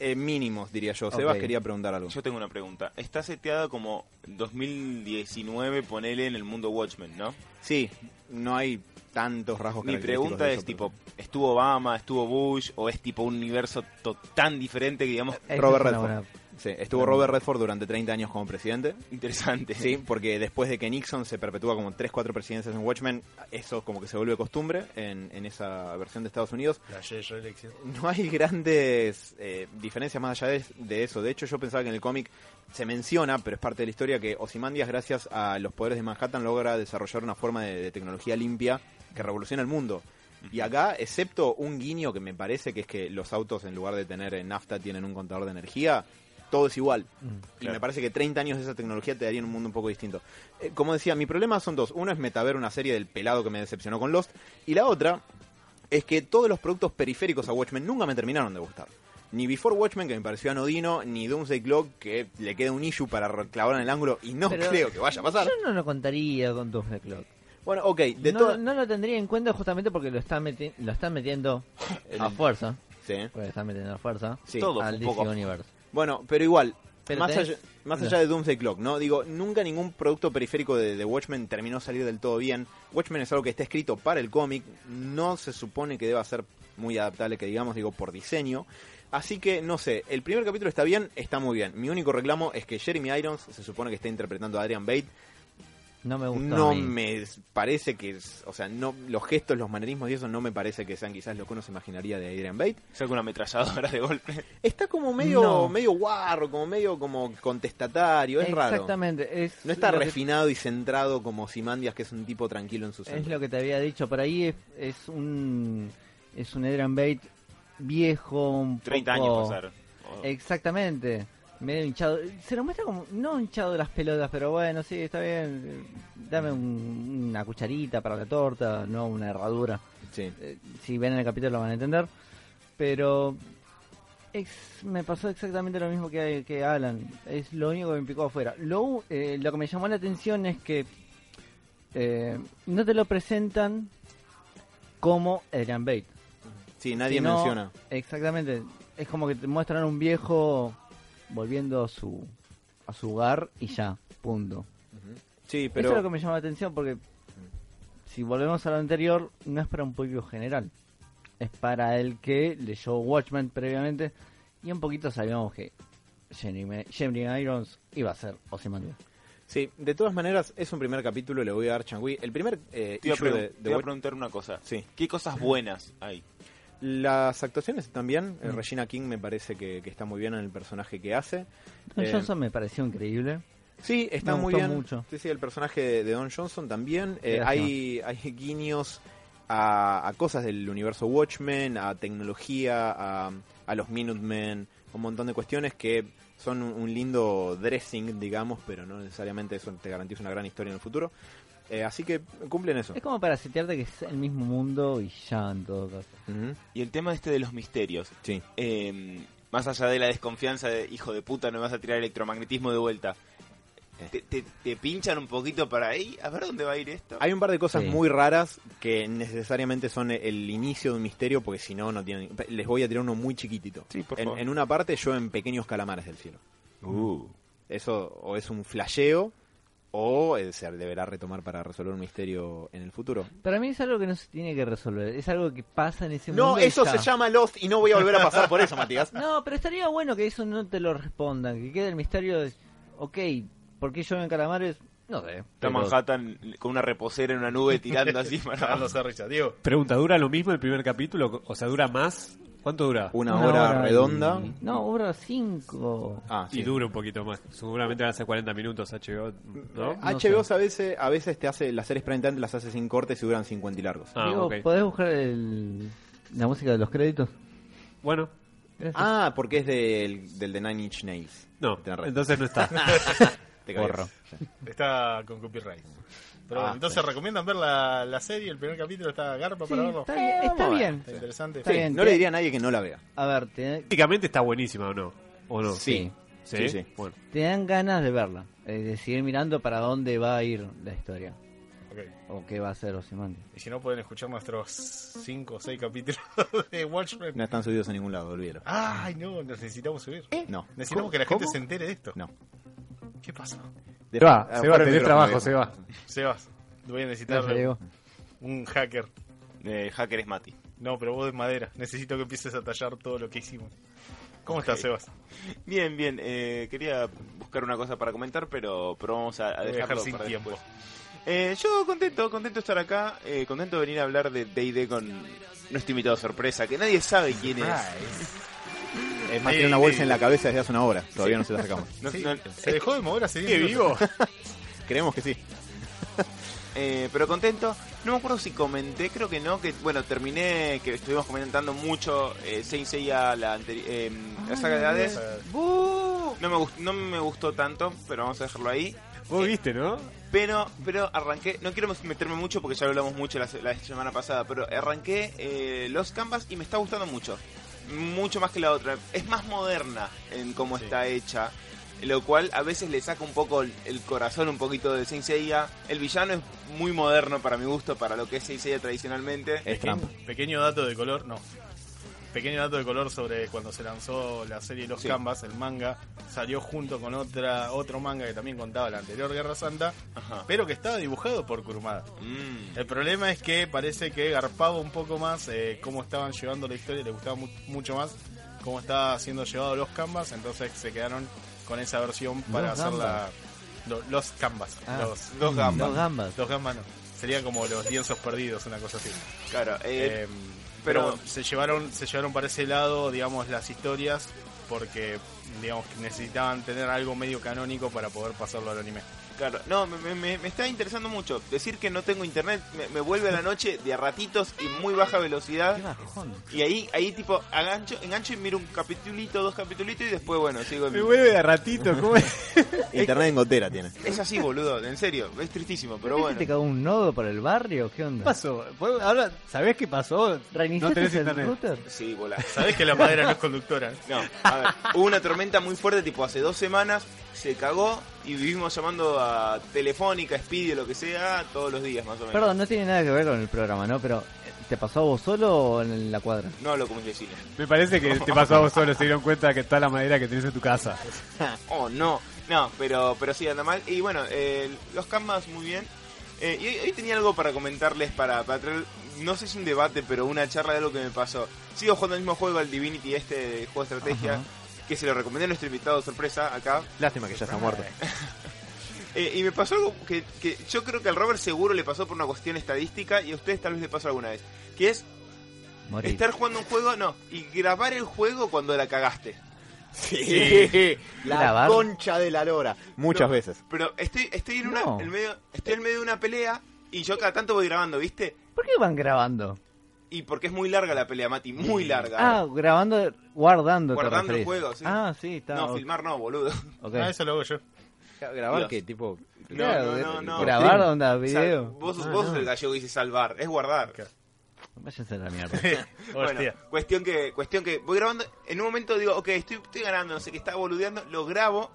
B: Eh, mínimos, diría yo. Sebas
F: Ok.
B: quería preguntar algo.
D: Yo tengo una pregunta. Está seteada como 2019, ponele en el mundo Watchmen, ¿no?
B: Sí, no hay tantos rasgos
D: Mi
B: característicos
D: pregunta
B: de
D: es
B: eso, pero-
D: tipo, ¿estuvo Obama, estuvo Bush o es tipo un universo to- tan diferente que digamos
F: Esa
B: Robert
F: es una
B: Redford.
F: buena-
B: Sí, estuvo Robert Redford durante 30 años como presidente.
D: interesante?
B: Sí, porque después de que Nixon se perpetúa como 3-4 presidencias en Watchmen, eso como que se vuelve costumbre en- en esa versión de Estados Unidos.
A: La Yeye elección.
B: No hay grandes eh, diferencias más allá de, de eso. De hecho, yo pensaba que en el cómic se menciona, pero es parte de la historia, que Ozymandias, gracias a los poderes de Manhattan, logra desarrollar una forma de, de tecnología limpia que revoluciona el mundo. Y acá, excepto un guiño que me parece que es que los autos, en lugar de tener eh, nafta, tienen un contador de energía, todo es igual.
F: Mm.
B: Y me parece que 30 años de esa tecnología te darían un mundo un poco distinto. Eh, como decía, mi problema son dos. Uno es metaver una serie del pelado que me decepcionó con Lost. Y la otra es que todos los productos periféricos a Watchmen nunca me terminaron de gustar. Ni Before Watchmen, que me pareció anodino, ni Doomsday Clock, que le queda un issue para re- clavar en el ángulo y no
F: Pero-
B: creo que vaya a pasar.
F: Yo no lo contaría con Doomsday Clock.
B: Bueno, ok, de
F: no,
B: todo...
F: no lo tendría en cuenta justamente porque lo están, meti- lo están metiendo a fuerza.
B: Sí,
F: Porque lo están metiendo a fuerza
B: sí.
D: Todo.
F: al
D: un
F: DC
D: poco.
F: Universe.
B: Bueno, pero igual,
F: Pero
B: más,
F: tenés-
B: allá, más allá de Doomsday Clock, ¿no? Digo, nunca ningún producto periférico de, de Watchmen terminó de salir del todo bien. Watchmen es algo que está escrito para el cómic, no se supone que deba ser muy adaptable, que digamos, digo, por diseño. Así que, no sé, el primer capítulo está bien, está muy bien. Mi único reclamo es que Jeremy Irons se supone que está interpretando a Adrian Bate.
F: No me gusta.
B: No me parece que, es- o sea, no los gestos, los manerismos y eso no me parece que sean quizás lo que uno se imaginaría de Adrian Bate.
D: Saca una ametralladora de golpe.
B: Está como medio,
F: No.
B: medio guarro, como medio como contestatario, es raro.
F: Exactamente. Es
B: No está
F: lo que-
B: refinado y centrado como Simandias, que es un tipo tranquilo en su
F: Es
B: centro.
F: lo que te había dicho. Por ahí es, es un. Es un Adrian Bate viejo. Un
D: 30
F: poco-
D: años pasaron. Oh.
F: Exactamente. Medio hinchado. Se lo muestra como. No hinchado de las pelotas, pero bueno, sí, está bien. Dame un- una cucharita para la torta, no una herradura.
B: Sí.
F: Eh, si ven el capítulo lo van a entender. Pero ex- me pasó exactamente lo mismo que, que Alan. Es lo único que me picó afuera. Lo, u- eh, lo que me llamó la atención es que eh, no te lo presentan como Adrian Bate.
B: Sí, nadie
F: sino-
B: menciona.
F: Exactamente. Es como que te muestran un viejo volviendo a su, a su hogar y ya. Punto.
B: Sí,
F: Eso es lo que
B: pero
F: me llama la atención porque si volvemos a lo anterior, no es para un público general. Es para el que leyó Watchmen previamente y un poquito sabíamos que Jeremy, Jeremy Irons iba a ser Ozymandias.
B: sí, de todas maneras es un primer capítulo, le voy a dar changui. El primer eh,
D: Te iba a,
B: issue
D: pregun-
B: de, de
D: te iba a
B: Watch-
D: preguntar una cosa.
B: Sí.
D: ¿Qué cosas buenas hay?
B: Las actuaciones están bien.
F: Mm.
B: Eh, Regina King me parece que, que está muy bien en el personaje que hace.
C: Don
B: Eh,
C: Johnson me pareció increíble.
B: Sí, está
C: Me
B: muy
C: gustó
B: bien.
C: mucho.
B: Sí, sí, el personaje de, de Don Johnson también. Eh,
C: Lástima.
B: hay, hay guiños a, a cosas del universo Watchmen, a tecnología, a, a los Minutemen, un montón de cuestiones que son un, un lindo dressing, digamos, pero no necesariamente eso te garantiza una gran historia en el futuro. Eh, así que cumplen eso.
C: Es como para setearte que es el mismo mundo y ya en todo caso.
B: Ujú.
D: Y el tema este de los misterios.
B: Sí.
D: eh, más allá de la desconfianza de hijo de puta, no me vas a tirar electromagnetismo de vuelta. Te, te- te pinchan un poquito para ahí, a ver dónde va a ir esto.
B: Hay un par de cosas
C: Sí.
B: muy raras que necesariamente son el inicio de un misterio, porque si no, no tienen. Les voy a tirar uno muy chiquitito.
D: Sí, por
B: en,
D: favor.
B: en una parte, yo en pequeños calamares del cielo.
D: Uh.
B: Eso o es un flasheo o eh, se deberá retomar para resolver un misterio en el futuro.
C: Para mí es algo que no se tiene que resolver. Es algo que pasa en ese
B: No,
C: mundo. y
B: eso
C: ya.
B: se llama Lost y no voy a volver a pasar por eso, Matías.
C: No, pero estaría bueno que eso no te lo respondan. Que quede el misterio de. Ok, ¿por qué llueven calamares? No sé.
D: Está
C: pero-
D: Manhattan con una reposera en una nube tirando así para
A: Para darnos a Richard. Diego,
E: Pregunta, ¿dura lo mismo el primer capítulo? O sea, ¿dura más? ¿Cuánto dura?
B: Una, hora,
C: y-
B: redonda.
C: No, hora cinco.
B: Ah, sí.
E: Y dura un poquito más. Seguramente van a ser 40 minutos HBO, ¿no?
C: Ah, no
B: HBO a veces, a veces te hace las series prime time, las hace sin cortes y duran 50 y largos.
E: Ah,
C: Digo,
E: ok.
C: ¿podés buscar el- la música de los créditos?
E: Bueno,
C: Gracias.
B: Ah, porque es del, del de Nine Inch Nails.
E: no.
B: Tenés razón.
E: Entonces no está.
B: Te cagué.
C: Porro.
A: está con copyright. Pero bueno,
B: Ah,
A: entonces recomiendan ver la, la serie, el primer capítulo está garpa
C: Sí,
A: para verlo.
C: está bien. Está
B: vamos a
C: bien.
A: Está interesante.
C: Está
B: Sí,
C: bien,
B: no
C: te-
B: le diría a nadie que no la vea.
C: A ver, te,
E: Prácticamente está buenísima, ¿o no? ¿O no?
B: Sí.
E: ¿Sí?
B: Sí, sí.
E: Bueno.
C: te dan ganas de verla. eh, de seguir mirando para dónde va a ir la historia.
A: Ok.
C: O qué va a hacer Ozymandias.
A: Y si no, pueden escuchar nuestros 5 o 6 capítulos de Watchmen.
B: No están subidos a ningún lado, olvídalo.
A: Ay, no, nos necesitamos subir.
B: No.
A: Necesitamos
B: ¿Eh? ¿Cómo?
A: que la gente
B: ¿Cómo?
A: se entere de esto.
B: No.
A: ¿Qué pasó?
B: De-
E: Se
B: Ah,
E: va, se va,
B: fuera el
E: tenés
B: micrófono,
E: trabajo,
B: viejo.
E: se va.
A: Sebas, voy a necesitar
C: Gracias, Diego.
A: un hacker.
D: Eh, hacker es Mati.
A: No, pero vos de madera. Necesito que empieces a tallar todo lo que hicimos. ¿Cómo
D: Ok.
A: estás, Sebas?
D: Bien, bien. eh, quería buscar una cosa para comentar, pero, pero vamos a, a
A: Te voy a
D: dejarlo
A: dejar sin
D: para
A: tiempo.
D: después. Eh, yo contento, contento de estar acá, eh, contento de venir a hablar de D&D con nuestro invitado sorpresa, que nadie sabe quién
A: Ah,
D: es.
B: Es más,
A: Sí,
B: Eh, tiene una bolsa
A: sí.
B: en la cabeza desde hace una hora. Todavía no se la sacamos.
D: No-
A: Sí,
D: no-
A: se dejó de mover hace 10 minutos.
B: Creemos que sí.
D: Eh, pero contento. No me acuerdo si comenté, creo que no, que bueno, terminé, que estuvimos comentando mucho eh, Saint Seiya, la, anteri- eh, la saga de Hades. Uh. No me, gust- no me gustó tanto, pero vamos a dejarlo ahí.
E: Vos viste, ¿no?
D: Pero, pero arranqué, no quiero meterme mucho porque ya lo hablamos mucho la, se- la semana pasada, pero arranqué eh, Los Canvas y me está gustando mucho. Mucho más que la otra. Es más moderna en cómo
A: Sí.
D: está hecha. Lo cual a veces le saca un poco el, el corazón, un poquito de Saint Seiya. El villano es muy moderno para mi gusto, para lo que es Saint Seiya tradicionalmente.
B: Es
A: Pequeño,
B: trampa.
A: pequeño dato de color, no. Pequeño dato de color sobre cuando se lanzó la serie Los
D: Sí.
A: Canvas, el manga, salió junto con otra otro manga que también contaba la anterior Guerra Santa,
D: Ajá.
A: pero que estaba dibujado por Kurumada.
D: Mm.
A: El problema es que parece que garpaba un poco más eh, cómo estaban llevando la historia, le gustaba mu- mucho más cómo estaba siendo llevado los canvas, entonces se quedaron con esa versión para
C: Los
A: hacer la, lo- los canvas.
C: Ah.
A: Los,
D: Dos gambas,
C: Los gambas.
A: los gambas no, serían como los lienzos perdidos, una cosa así.
D: claro. eh,
A: Eh,
D: pero-
A: pero se llevaron se llevaron para ese lado, digamos, las historias porque digamos que necesitaban tener algo medio canónico para poder pasarlo al anime.
D: Claro, no, me, me- me- me está interesando mucho. Decir que no tengo internet me, me vuelve a la noche de a ratitos y muy baja velocidad.
C: Qué bajón.
D: Y ahí, ahí tipo, agancho, engancho y miro un capitulito, dos capitulitos y después, bueno, sigo. en-
E: Me vuelve de ratito, ¿cómo es?
B: Internet en gotera tiene.
D: Es así, boludo, en serio, es tristísimo, pero
C: ¿Qué se
D: bueno.
C: te cagó un nodo por el barrio? ¿Qué
E: ¿Qué
C: onda?
E: pasó? ¿Fue- Ahora, ¿sabés qué pasó? No
C: ¿Reiniciaste
E: tenés
C: el
E: internet.
C: router?
D: Sí, volá.
A: Sabés que la madera no es conductora.
D: No, a ver, hubo una tormenta muy fuerte, tipo hace dos semanas, se cagó y vivimos llamando a Telefónica, Speedy, lo que sea, todos los días más o menos.
C: Perdón, no tiene nada que ver con el programa, ¿no? Pero, ¿te pasó a vos solo o en la cuadra?
D: No hablo con mis vecinos.
E: Me parece que te pasó a vos solo, se dieron cuenta que está la madera que tenés en tu casa.
D: Oh, no. No, pero, pero sí, anda mal. Y bueno, eh, los canvas muy bien. Eh, y hoy, hoy tenía algo para comentarles, para, para traer, no sé si un debate, pero una charla de lo que me pasó. Sigo jugando el mismo juego, al Divinity, este de juego de estrategia,
C: Ajá.
D: que se lo recomendé a nuestro invitado sorpresa acá.
B: Lástima que ya está muerto.
D: Eh, y me pasó algo que, que yo creo que al Robert seguro le pasó por una cuestión estadística y a ustedes tal vez le pasó alguna vez. Que es,
C: Morir.
D: Estar jugando un juego, no, y grabar el juego cuando la cagaste.
B: Sí. La
C: Grabar.
B: concha de la lora. Muchas
D: No,
B: veces.
D: Pero estoy, estoy en una,
C: No.
D: en medio, estoy en medio de una pelea y yo cada tanto voy grabando, ¿viste?
C: ¿Por qué van grabando?
D: Y porque es muy larga la pelea, Mati, muy larga.
C: Ah, grabando, guardando. te
D: Guardando el
C: referís.
D: juego, sí.
C: Ah, sí, está.
D: no,
C: ok.
D: filmar no, boludo.
C: ok.
A: Ah, eso lo hago yo.
B: Grabar
D: Dios.
B: que tipo.
C: Claro,
D: no,
C: de-
D: no, no.
C: Grabar
B: Stream.
C: onda,
D: O sea,
C: video.
D: vos sos,
C: Ah,
D: vos
C: no.
D: sos el gallego que dice salvar, es guardar.
C: Váyanse a la mierda.
D: Bueno,
A: Hostia.
D: cuestión que, cuestión que voy grabando, en un momento digo, ok, estoy, estoy ganando, no sé qué, estaba boludeando, lo grabo,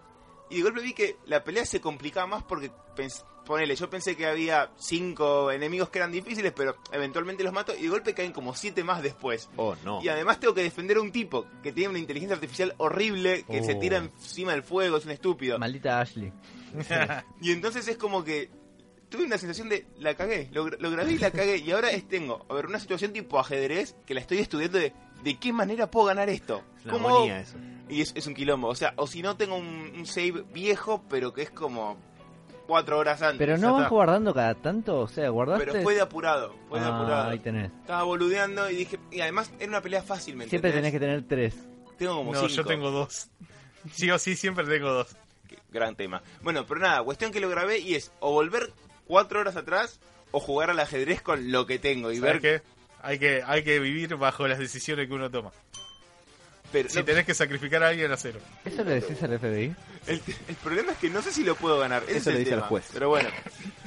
D: y de golpe vi que la pelea se complicaba más porque, pens- ponele, yo pensé que había cinco enemigos que eran difíciles, pero eventualmente los mato, y de golpe caen como siete más después.
B: Oh, no.
D: Y además tengo que defender a un tipo que tiene una inteligencia artificial horrible, que se
A: Oh.
D: tira encima del fuego, es un estúpido.
C: Maldita Ashley.
D: Y entonces es como que tuve una sensación de la cagué, lo, gra- lo grabé y la cagué. Y ahora es, tengo, a ver, una situación tipo ajedrez que la estoy estudiando de de qué manera puedo ganar esto.
B: Una
D: ¿Cómo?
B: agonía
A: eh.
B: eso.
D: Y es, es un quilombo. O sea, o si no tengo un, un save viejo, pero que es como cuatro horas antes.
C: Pero
D: ya
C: no vas
D: está.
C: guardando cada tanto, o sea, guardaste.
D: Pero fue de apurado, fue de
C: Ah,
D: apurado.
C: ahí tenés.
D: Estaba boludeando y dije, y además era una pelea fácil, ¿me
C: Siempre tenés
D: entendés?
C: que tener tres.
D: Tengo como
A: No, yo
D: cinco.
A: tengo dos. Sí o sí, siempre tengo dos.
D: Qué Gran tema. Bueno, pero nada, cuestión que lo grabé y es o volver cuatro horas atrás o jugar al ajedrez con lo que tengo y ver
A: ¿Sabes qué? Hay que, hay que vivir bajo las decisiones que uno toma.
D: Pero
A: Si
D: no,
A: tenés que sacrificar a alguien, hacelo.
C: ¿Eso le decís al FBI?
D: el, el problema es que no sé si lo puedo ganar. ese
B: Eso
D: es
B: le
D: el
B: dice
D: tema.
B: al juez.
D: Pero bueno.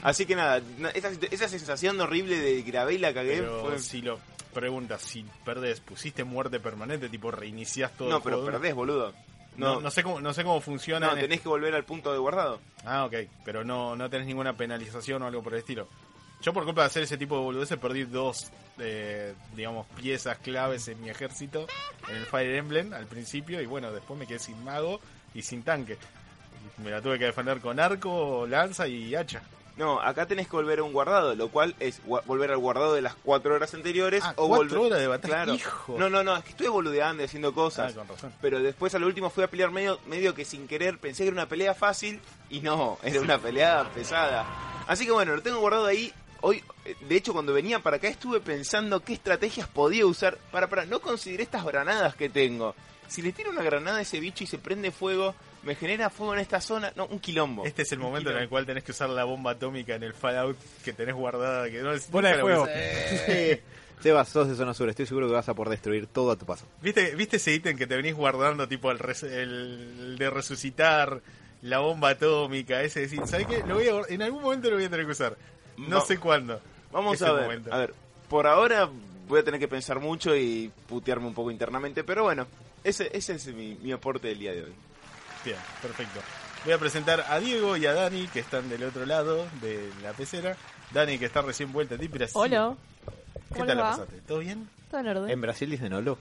D: Así que nada, na- esa, esa sensación horrible de grabé y la cagué
A: Pero
D: fue-
A: si lo preguntas, si perdés, pusiste muerte permanente, tipo reiniciás todo
D: No,
A: el
D: pero
A: juego.
D: perdés, boludo.
A: No,
D: No,
A: no sé cómo, no sé cómo funciona.
D: no,
A: en
D: tenés que volver al punto de guardado.
A: Ah, ok. Pero no, no tenés ninguna penalización o algo por el estilo. Yo por culpa de hacer ese tipo de boludeces perdí dos, eh, digamos, piezas claves en mi ejército, en el Fire Emblem al principio, y bueno, después me quedé sin mago y sin tanque. Me la tuve que defender con arco, lanza y hacha. Ah,
D: No, acá tenés que volver a un guardado, lo cual es gua- volver al guardado de las cuatro horas anteriores
A: Ah,
D: o
A: cuatro
D: volver.
A: horas de batalla.
D: Claro.
A: Hijo.
D: No, no, no, es que estuve boludeando y haciendo
A: Ah,
D: cosas.
A: con razón.
D: Pero después a lo último fui a pelear medio, medio que sin querer pensé que era una pelea fácil y no, era una pelea pesada. Así que bueno, lo tengo guardado ahí. Hoy, eh, de hecho, cuando venía para acá estuve pensando qué estrategias podía usar para, para no consideré estas granadas que tengo. Si le tiro una granada a ese bicho y se prende fuego, me genera fuego en esta zona. No, un quilombo.
A: Este es el momento en el cual tenés que usar la bomba atómica en el Fallout que tenés guardada. Que no,
E: Bola de
A: nunca la
E: fuego.
A: usás.
B: Sebas, sos de zona sur. Estoy seguro que vas a por destruir todo a tu paso.
A: ¿Viste, ¿Viste ese ítem que te venís guardando, tipo el, res- el- el de resucitar, la bomba atómica, ese decir, ¿sabes qué? Lo voy a guard- en algún momento lo voy a tener que usar. No,
D: Va-
A: sé cuándo.
D: Vamos
A: este Es
D: a
A: el
D: ver.
A: momento.
D: A ver, por ahora voy a tener que pensar mucho y putearme un poco internamente, pero bueno, ese, ese es mi, mi aporte del día de hoy.
A: Bien, perfecto. Voy a presentar a Diego y a Dani, que están del otro lado de la pecera. Dani, que está recién vuelta a ti, pero sí.
G: Hola,
A: ¿Qué tal
G: ¿Cómo les
A: la
G: va?
A: pasaste? ¿Todo bien?
G: todo en orden.
B: En Brasil dicen Olo.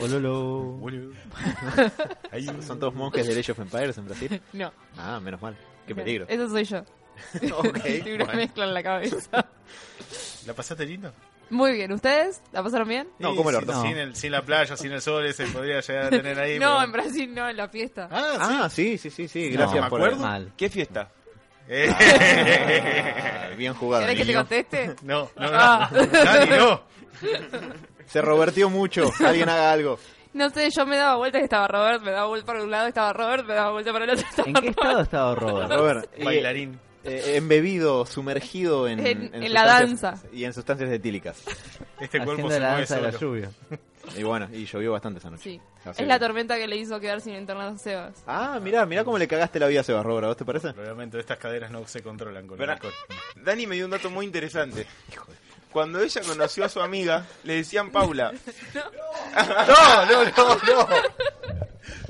C: Ololo.
A: Boludo. Ahí
B: Son todos monjes del Age of Empires en Brasil.
G: No.
B: Ah, menos mal. Qué
G: no,
B: peligro.
G: Eso soy yo.
B: Ok,
G: Tengo una
B: bueno.
G: mezcla en la cabeza.
A: ¿La pasaste lindo?
G: Muy bien, ¿ustedes? ¿La pasaron bien?
B: No, ¿cómo el
A: sin,
B: orto?
A: sin, el- sin la playa, sin el sol, ese podría llegar a tener ahí.
G: no,
A: pero-
G: en Brasil no, en la fiesta.
A: Ah,
B: Ah, sí, sí, sí, sí.
C: No,
B: Gracias
A: me
B: por
A: acuerdo.
C: Mal.
D: ¿Qué fiesta?
B: Ah, Bien jugado.
G: ¿Querés que te
B: niño.
G: conteste?
A: eh, No, no, no.
G: Ah.
A: Dani, no.
B: Se robertió mucho. Alguien haga algo.
G: No sé, yo me daba vueltas y estaba Robert, me daba vuelta para un lado, estaba Robert, me daba vuelta para el otro, estaba
C: ¿En qué estado
G: Robert.
C: estaba Robert?
B: Robert, y,
A: Bailarín.
B: eh, embebido, sumergido en,
G: En- en la
B: sustancias-
G: danza.
B: Y en sustancias etílicas.
A: Este cuerpo
C: Haciendo
A: se
C: la
A: mueve
C: danza de la
A: solo.
C: lluvia.
B: Y bueno, y llovió bastante esa noche.
G: Sí.
B: Así
G: Es
B: que-
G: la tormenta que le hizo quedar sin internet a Sebas.
B: Ah, mirá, mirá cómo le cagaste la vida a Sebas, Robert. ¿A vos te parece?
A: Lo lamento, estas caderas no se controlan con el
D: Verá,
A: alcohol.
D: Dani me dio un dato muy interesante. Cuando ella conoció a su amiga, le decían Paula.
E: No, no, no, no.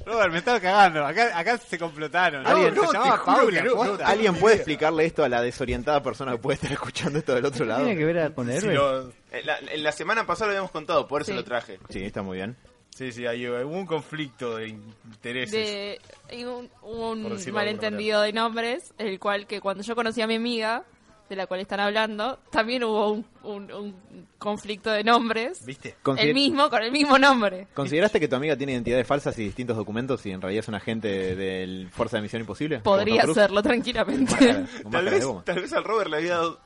E: Robert, me estaba cagando. Acá, acá se complotaron.
B: Alguien-
E: se llamaba Paula. posta.
B: ¿Alguien puede explicarle esto a la desorientada persona que puede estar escuchando esto del otro
C: ¿Qué
B: lado?
C: tiene que ver a- con el
A: Si
C: héroe?
A: lo-
D: En la, en la semana pasada lo habíamos contado, por eso
G: Sí.
D: lo traje.
B: Sí, está muy bien.
A: sí, sí, hay algún conflicto de intereses.
G: De hay un, un
A: Por decirlo de alguna
G: malentendido de nombres, el cual que cuando yo conocí a mi amiga, de la cual están hablando, también hubo un, un- un conflicto de nombres.
A: ¿Viste?
B: Consider-
G: El mismo, con el mismo nombre.
B: ¿Consideraste que tu amiga tiene identidades falsas y distintos documentos y en realidad es un agente del Fuerza de Misión Imposible?
G: Podría
B: ¿Como Tom Cruise?
G: serlo tranquilamente.
B: Con máscara- con
D: Tal
B: máscara de
D: vez,
B: goma.
D: tal vez al Robert le había dado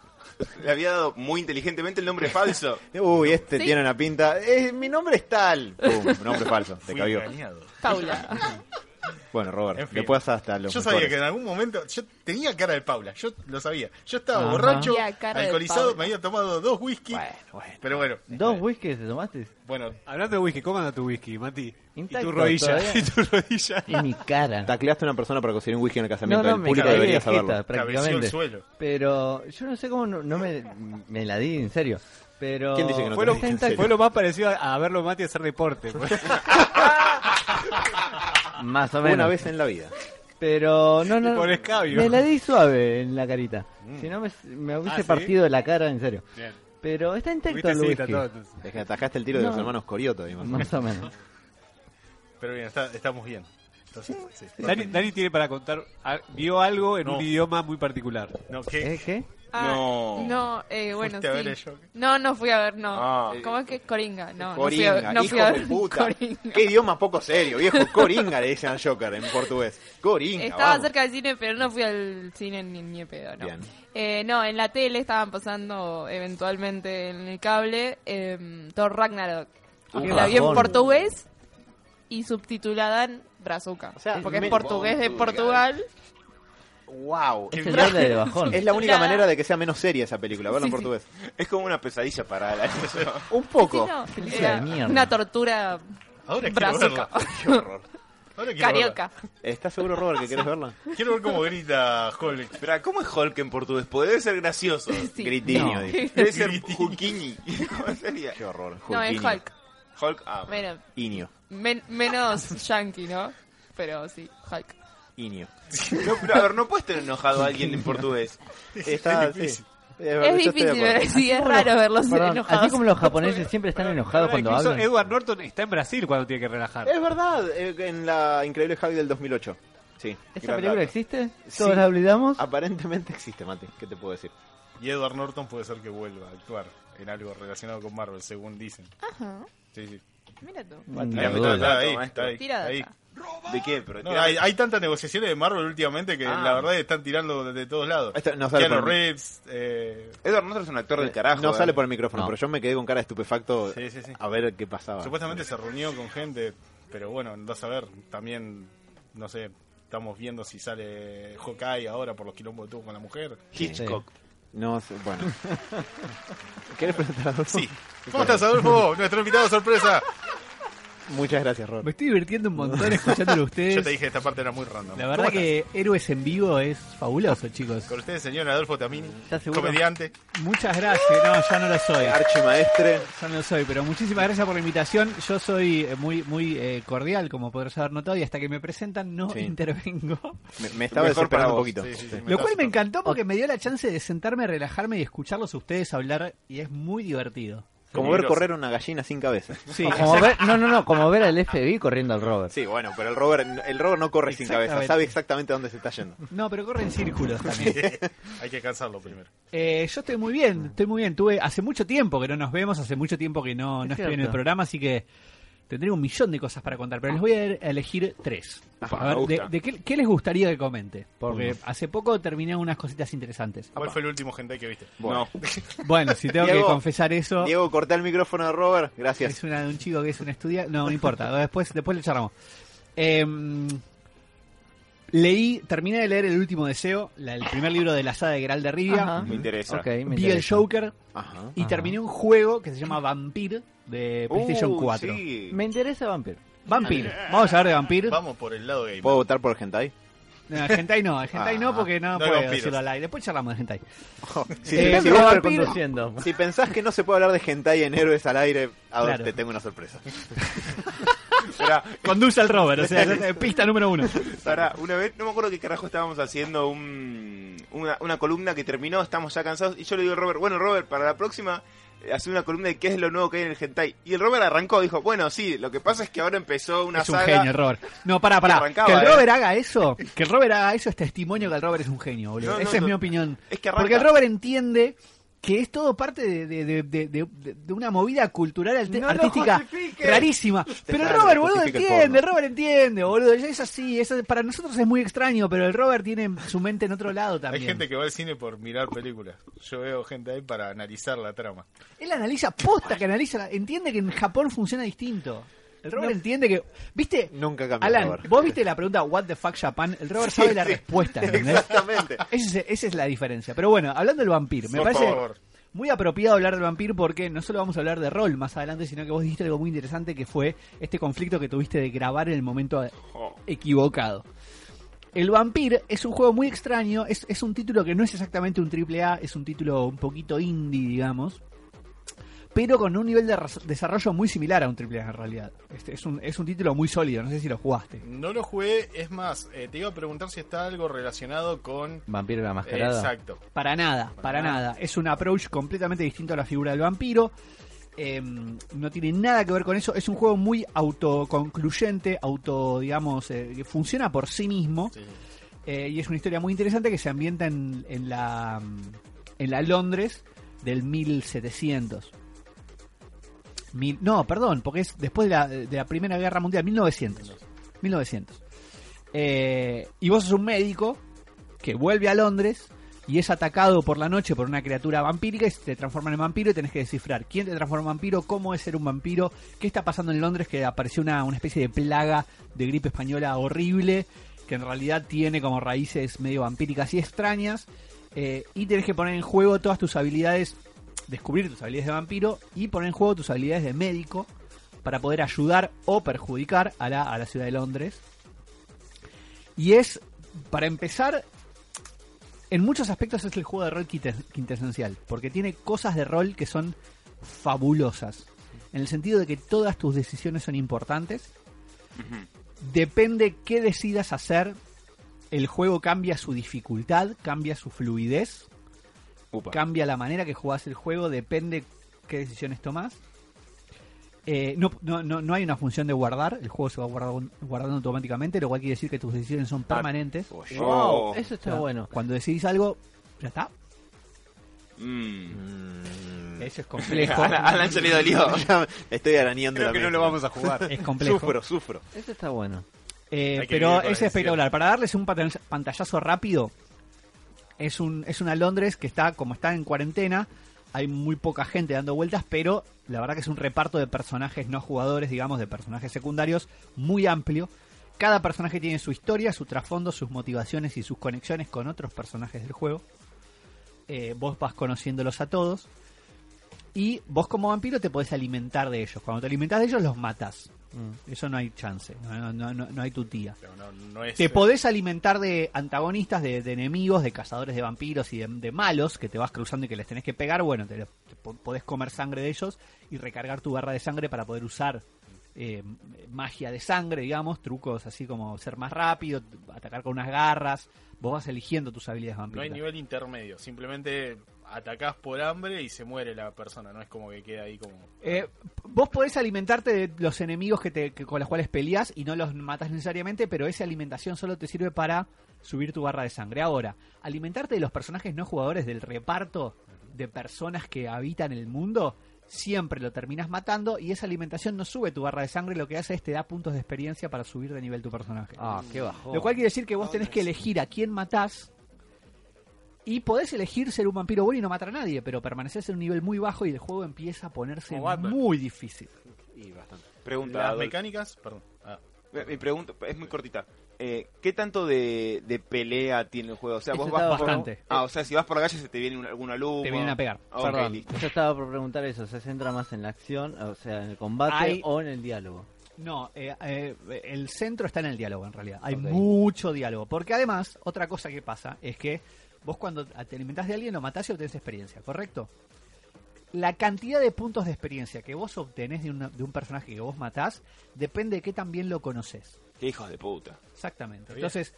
D: Le había dado muy inteligentemente el nombre falso.
B: Uy, este
G: Sí.
B: tiene una pinta. eh, mi nombre es tal. Pum, nombre falso. Te
A: Fui
B: cabió.
A: engañado.
G: Paula.
B: Bueno, Robert,
A: En fin.
B: le puedas hasta los.
A: Yo sabía que
B: mejores.
A: en algún momento. Yo tenía cara de Paula, yo lo sabía. Yo estaba
C: Ajá.
A: borracho,
G: Tenía cara de
A: alcoholizado,
G: Paula.
A: me había tomado dos whisky. pero bueno.
C: ¿Dos whiskies te tomaste?
A: Bueno,
E: Hablando de whisky, ¿cómo anda tu whisky, Mati? y
C: Intacto,
E: tu rodilla.
C: todavía.
E: Y tu rodilla.
C: En mi cara.
B: Tacleaste a una persona para conseguir un whisky en el
C: No,
B: casamiento.
C: no,
B: el
C: me
B: público
C: caí
B: debería
C: de jeta,
B: saberlo.
A: cabeció el
C: prácticamente.
A: suelo.
C: Pero yo no sé cómo no, no me, me la di, en serio. Pero...
B: ¿Quién dice que no
E: Fue
B: te
E: lo,
B: lo dije, en
C: Está
B: serio?
E: fue lo más parecido a, a verlo Mati hacer deporte. pues.
C: intacto, Más o menos.
B: Una vez en la vida.
C: Pero no,
E: Y
C: no.
E: por escabio.
C: Me la di suave en la carita. Si no me, me
E: Ah, ¿sí?
C: hubiese partido la cara, en serio.
E: Bien.
C: Pero está intacto
E: Tuviste
C: el
E: cita,
C: whisky.
E: todo. entonces.
B: Es que atajaste el tiro de
C: No.
B: los hermanos Corioto, además.
C: Más o menos.
A: Pero bien, está- estamos bien. Entonces, sí.
E: Dani, Dani tiene para contar. a- vio algo en
A: No.
E: un idioma muy particular.
A: No, ¿qué?
C: ¿Eh, ¿Qué?
G: Ah,
D: No.
G: No, eh, bueno,
A: ¿Fuiste a ver el
G: sí.
A: show?
G: No, no fui a ver, no.
D: Ah.
G: ¿Cómo es que es Coringa? No,
B: Coringa,
G: no fui a
B: hijo
G: ver.
B: de
G: No fui
B: puta.
G: a ver Coringa.
B: Qué idioma poco serio, viejo. Coringa le dicen al Joker en portugués. Coringa.
G: Estaba
B: vamos.
G: cerca del cine, pero no fui al cine ni, ni de pedo, no.
B: Bien.
G: Eh, no, en la tele estaban pasando eventualmente en el cable eh, Thor Ragnarok.
C: Qué
G: Que la vi en
C: bajón.
G: portugués y subtitulada en Brazuca.
B: sea,
G: porque
B: me-
G: es portugués de
D: Portugal.
G: Portugal.
B: Wow.
C: Es el doble de bajón.
B: Es la única
G: Nada.
B: manera de que sea menos seria esa película, verla en portugués.
D: Es como una pesadilla para la
B: Un poco.
G: Sí, no,
C: Película
G: era
C: de mierda.
G: una tortura
A: Ahora quiero verla.
G: brazuca.
B: Qué horror.
A: Ahora quiero
G: Carioca.
B: ¿Estás seguro, Robert, que querés verla?
A: verla. Quiero ver cómo grita Hulk.
D: Pero ah, ¿cómo es Hulk en portugués? Porque debe ser gracioso.
G: Sí.
B: Gritiño,
C: No.
B: dice.
D: Debe ser
A: Gritinho.
D: Juquini. ¿Cómo sería?
B: Qué horror.
G: No, eh. es
B: Julquinho.
G: Hulk.
D: Hulk, ah,
G: Bueno,
B: Iño.
G: men- menos yankee, ¿no? Pero sí, Hulk.
B: Iño.
D: No, pero a ver, no puedes tener enojado a alguien en portugués.
B: Está, sí.
A: difícil.
G: Es difícil, ver, sí, es raro verlos
C: Perdón,
G: enojados.
C: Así como los japoneses siempre están enojados
E: Ahora,
C: cuando
E: incluso
B: eh,
C: hablan.
E: Edward Norton está en Brasil cuando tiene que relajar.
B: Es verdad, eh, en la increíble Javi del 2008. Sí.
C: ¿Esa
B: gran
C: película
B: dato.
C: existe?
B: Sí. Ah,
C: ¿Todos la olvidamos?
B: Aparentemente existe, Mati. ¿Qué te puedo decir?
A: Y Edward Norton puede ser que vuelva a actuar en algo relacionado con Marvel, según dicen.
G: Ajá,
A: Sí, sí.
G: mira tú.
C: Mm,
A: Ahí,
C: la
D: meto
C: duda.
D: la-
A: está ahí,
D: maestro.
A: está ahí,
G: Tira
A: ahí.
G: data.
D: ¿De qué? Pero
A: No,
D: tirá-
B: eh,
A: hay, hay tantas negociaciones de Marvel últimamente que
D: Ah.
A: la verdad están tirando de, de todos lados.
B: Esto no sale
A: Keanu
B: por el-
A: Reeves, eh,
D: Edward Norton es un actor del carajo.
B: No
D: eh.
B: sale por el micrófono,
C: No.
B: pero yo me quedé con cara de estupefacto
A: Sí, sí, sí.
B: a ver qué pasaba.
A: supuestamente se reunió con gente, pero bueno, andás a ver, también, no sé, estamos viendo si sale Hawkeye ahora por los quilombos que tuvo con la mujer.
D: Hitchcock.
B: No sé, bueno. ¿Quieres presentar a Adolfo?
A: Sí. ¿Cómo estás, Adolfo? Nuestro invitado sorpresa.
B: Muchas gracias,
F: Me
B: Robert.
F: estoy divirtiendo un montón escuchándolo a ustedes.
A: Yo te dije, esta parte era muy random.
F: La
A: ¿Cómo
F: verdad
A: estás?
F: que Héroes en Vivo es fabuloso, chicos.
A: Con ustedes, señor Adolfo Tamini,
C: ¿Estás seguro?
A: comediante.
F: Muchas gracias. No, ya no lo soy.
B: Archimaestre.
F: Ya no lo soy, pero muchísimas gracias por la invitación. Yo soy eh, muy muy eh, cordial, como podrás haber notado, y hasta que me presentan no
B: Sí.
F: intervengo.
B: Me, me estaba
D: Mejor
B: desesperando
D: para
B: un
D: vos,
B: poquito.
A: Sí, sí, sí,
F: Lo cual me
A: encanta.
F: encantó porque me dio la chance de sentarme, relajarme y escucharlos a ustedes hablar, y es muy divertido.
B: Como ver correr una gallina sin cabeza.
F: Sí,
C: Como ver, no, no, no, como ver al FBI corriendo al Robert.
B: Sí, bueno, pero el Robert, el Robert no corre sin cabeza,
F: Exactamente.
B: sabe exactamente dónde se está yendo.
F: no, pero corren círculos también.
A: Hay que cansarlo primero.
F: Eh, yo estoy muy bien, estoy muy bien. Tuve hace mucho tiempo que no nos vemos, hace mucho tiempo que no,
C: Es
F: no estoy en el
C: cierto.
F: programa, así que tendré un millón de cosas para contar, pero les voy a er-, elegir tres.
D: Ajá,
F: a
D: me
F: ver, de,
D: gusta.
F: de qué, qué les gustaría que comente? Porque
C: Porno.
F: hace poco terminé unas cositas interesantes.
A: ¿Cuál fue el último hentai que viste?
D: No.
F: Bueno, si tengo
B: Diego,
F: que confesar eso,
B: Diego, corté el micrófono de Robert. Gracias.
F: es una de un chico que es un estudiante. No, no importa, después, después lo charlamos. Em, leí, terminé de leer El último deseo, la- el primer libro de la saga de Geralt de Rivia.
C: Ajá.
D: Me interesa.
C: Ok, me
F: Vi el
C: interesa.
F: Joker,
B: Ajá.
F: Y
C: Ajá.
F: terminé un juego que se llama Vampir de PlayStation
D: Uh,
F: 4.
D: sí.
C: Me interesa Vampir.
F: Vampir. Vamos a hablar de Vampir.
A: Vamos por el lado gamer.
B: ¿Puedo votar por Gentai?
F: No, el hentai no, el hentai no porque no,
A: no hay
F: puedo
A: vampiros.
F: decirlo al aire. Después charlamos de hentai.
B: Si,
F: Eh,
B: si
F: pero
B: vos-
F: Vampir-
C: Conduciendo.
B: si pensás que no se puede hablar de Gentai en Héroes al aire, ahora
F: Claro.
B: te tengo una sorpresa.
D: Pará,
F: Conduce al Robert, o sea, ya- pista número uno.
D: pará, una vez, no me acuerdo qué carajo estábamos haciendo un, una, una columna que terminó, estamos ya cansados, y yo le digo a Robert, bueno Robert, para la próxima eh, hacer una columna de qué es lo nuevo que hay en el hentai. Y el Robert arrancó, dijo, bueno, sí, lo que pasa es que ahora empezó una
F: es un
D: saga
F: genio el Robert. No, pará, pará.
D: Que arrancaba,
F: que el
D: eh.
F: Robert haga eso, que el Robert haga eso es testimonio que el Robert es un genio, boludo.
D: No, no,
F: Esa es
D: no.
F: mi opinión.
D: Es que arranca.
F: Porque el Robert entiende que es todo parte de, de- de- de- de- de- de una movida cultural alte-
C: No lo
F: artística
C: justifiques.
F: rarísima. Pero
B: Claro,
F: Robert, boludo,
B: justifica el
F: entiende,
B: porno.
F: Robert entiende, boludo. ya Es así, es así. para nosotros es muy extraño, pero el Robert tiene su mente en otro lado
A: Hay
F: también.
A: gente que va al cine por mirar películas. Yo veo gente ahí para analizar la trama.
F: Él analiza, posta que analiza, la- entiende que en Japón funciona distinto. El Robert entiende que. ¿Viste?
B: Nunca cambia el
F: Alan,
B: Robert.
F: vos viste la pregunta ¿What the fuck Japan? El Robert sabe la respuesta, ¿entendés?
D: Exactamente.
F: Ese es- esa es la diferencia. Pero bueno, hablando del vampiro, me
A: Por
F: parece
A: favor.
F: muy apropiado hablar del vampiro porque no solo vamos a hablar de rol más adelante, sino que vos dijiste algo muy interesante que fue este conflicto que tuviste de grabar en el momento
A: Oh.
F: equivocado. El Vampir es un juego muy extraño, es, es un título que no es exactamente un triple A, es un título un poquito indie, digamos, pero con un nivel de ras- desarrollo muy similar a un triple A en realidad. Este es, un, es un título muy sólido, no sé si lo jugaste.
A: No lo jugué, es más, eh, te iba a preguntar si está algo relacionado con... eh,
C: Vampiro la mascarada.
A: Exacto.
F: Para nada, para nada. Es un approach completamente distinto a la figura del vampiro. Em, no tiene nada que ver con eso. Es un juego muy autoconcluyente, auto, digamos, eh, que funciona por sí mismo. Eh, y es una historia muy interesante que se ambienta en, en la, mm, en la Londres del 1700. Mil- no, perdón, porque es después de la, de la Primera Guerra Mundial, 1900. 1900. Eh, y vos sos un médico que vuelve a Londres y es atacado por la noche por una criatura vampírica y se te transforma en vampiro y tenés que descifrar quién te transforma en vampiro, cómo es ser un vampiro, qué está pasando en Londres que apareció una, una especie de plaga de gripe española horrible que en realidad tiene como raíces medio vampíricas y extrañas eh, y tenés que poner en juego todas tus habilidades, descubrir tus habilidades de vampiro y poner en juego tus habilidades de médico para poder ayudar o perjudicar a la, a la ciudad de Londres. Y es, para empezar, en muchos aspectos es el juego de rol quintes- quintesencial, porque tiene cosas de rol que son fabulosas, en el sentido de que todas tus decisiones son importantes. Depende qué decidas hacer, el juego cambia su dificultad, cambia su fluidez, cambia la manera que jugás el juego, depende qué decisiones tomás. Eh, no, no, no, no hay una función de guardar, el juego se va guardando, guardando automáticamente, lo cual quiere decir que tus decisiones son permanentes.
C: Wow,
F: O
C: eso está
F: sea,
C: bueno.
F: Cuando decidís algo, ya está.
D: Mm.
F: Eso es complejo.
D: Alan, Alan se le dolió.
B: Ya Estoy arañando
E: Creo
B: la
E: que no
B: mente.
E: lo vamos a jugar.
F: es complejo.
B: Sufro, sufro.
C: Eso está bueno.
F: Eh,
A: Hay que vivir
F: pero
A: con la
F: es
A: decisión.
F: espectacular. Para darles un patan- pantallazo rápido, es, un, es una Londres que está, como está en cuarentena, hay muy poca gente dando vueltas, pero la verdad que es un reparto de personajes no jugadores, digamos, de personajes secundarios, muy amplio. Cada personaje tiene su historia, su trasfondo, sus motivaciones y sus conexiones con otros personajes del juego. Eh, vos vas conociéndolos a todos. Y vos como vampiro te podés alimentar de ellos. Cuando te alimentás de ellos los matas. Eso no hay chance, no, no, no, no hay tutía.
A: Pero no, no es...
F: Te
A: eh,
F: podés alimentar de antagonistas, de, de enemigos, de cazadores de vampiros y de, de malos que te vas cruzando y que les tenés que pegar. Bueno, te, lo- te po- podés comer sangre de ellos y recargar tu barra de sangre para poder usar eh, magia de sangre, digamos, trucos así como ser más rápido, atacar con unas garras. Vos vas eligiendo tus habilidades
A: No
F: vampíricas.
A: hay nivel intermedio, simplemente atacás por hambre y se muere la persona, no es como que queda ahí como...
F: Eh, vos podés alimentarte de los enemigos que te- que- con los cuales peleas y no los matas necesariamente, pero esa alimentación solo te sirve para subir tu barra de sangre. Ahora, alimentarte de los personajes no jugadores del reparto de personas que habitan el mundo, siempre lo terminas matando y esa alimentación no sube tu barra de sangre, lo que hace es te da puntos de experiencia para subir de nivel tu personaje.
C: Ah, qué bajón.
F: Lo cual quiere decir que vos tenés que elegir a quién matás. Y podés elegir ser un vampiro bueno y no matar a nadie, pero permanecés en un nivel muy bajo y el juego empieza a ponerse
A: Como Batman.
F: muy difícil.
D: Pregunta.
A: Las
D: Adolfo.
A: mecánicas, perdón. Ah,
D: Eh, Mi- Mi pregunta es muy cortita. Eh, ¿Qué tanto de, de pelea tiene el juego? O sea,
C: Eso
D: vos vas
C: está
D: por-
F: bastante.
D: Ah, o sea, si vas por la calle se te viene un- algún alumno.
F: Te vienen a pegar.
D: Ok,
C: Perdón,
D: listo.
C: yo estaba por preguntar eso. ¿Se centra más en la acción, o sea, en el combate
F: Hay-
C: o en el diálogo?
F: No, eh, eh, el centro está en el diálogo en realidad. Hay
C: Ok.
F: mucho diálogo. Porque además, otra cosa que pasa es que vos cuando te alimentás de alguien lo matás y obtenés experiencia, ¿correcto? La cantidad de puntos de experiencia que vos obtenés de, una- de un personaje que vos matás depende de qué tan bien lo conoces.
D: Qué hijos de puta.
F: Exactamente.
A: Está bien.
F: Entonces,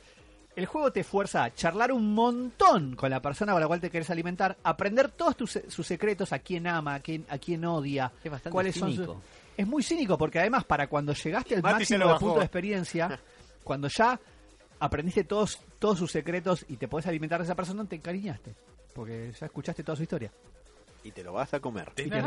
F: el juego te fuerza a charlar un montón con la persona con la cual te querés alimentar, aprender todos tus, sus secretos, a quién ama, a quién, a quién odia,
C: Es bastante
F: cuáles son
C: cínico.
F: sus... Es muy cínico porque además para cuando llegaste al
E: Mati
F: máximo
E: se lo
F: de
E: bajó.
F: punto de experiencia, cuando ya aprendiste todos, todos sus secretos y te podés alimentar de esa persona, te encariñaste. Porque ya escuchaste toda su historia.
B: y te lo vas a comer.
F: Y te-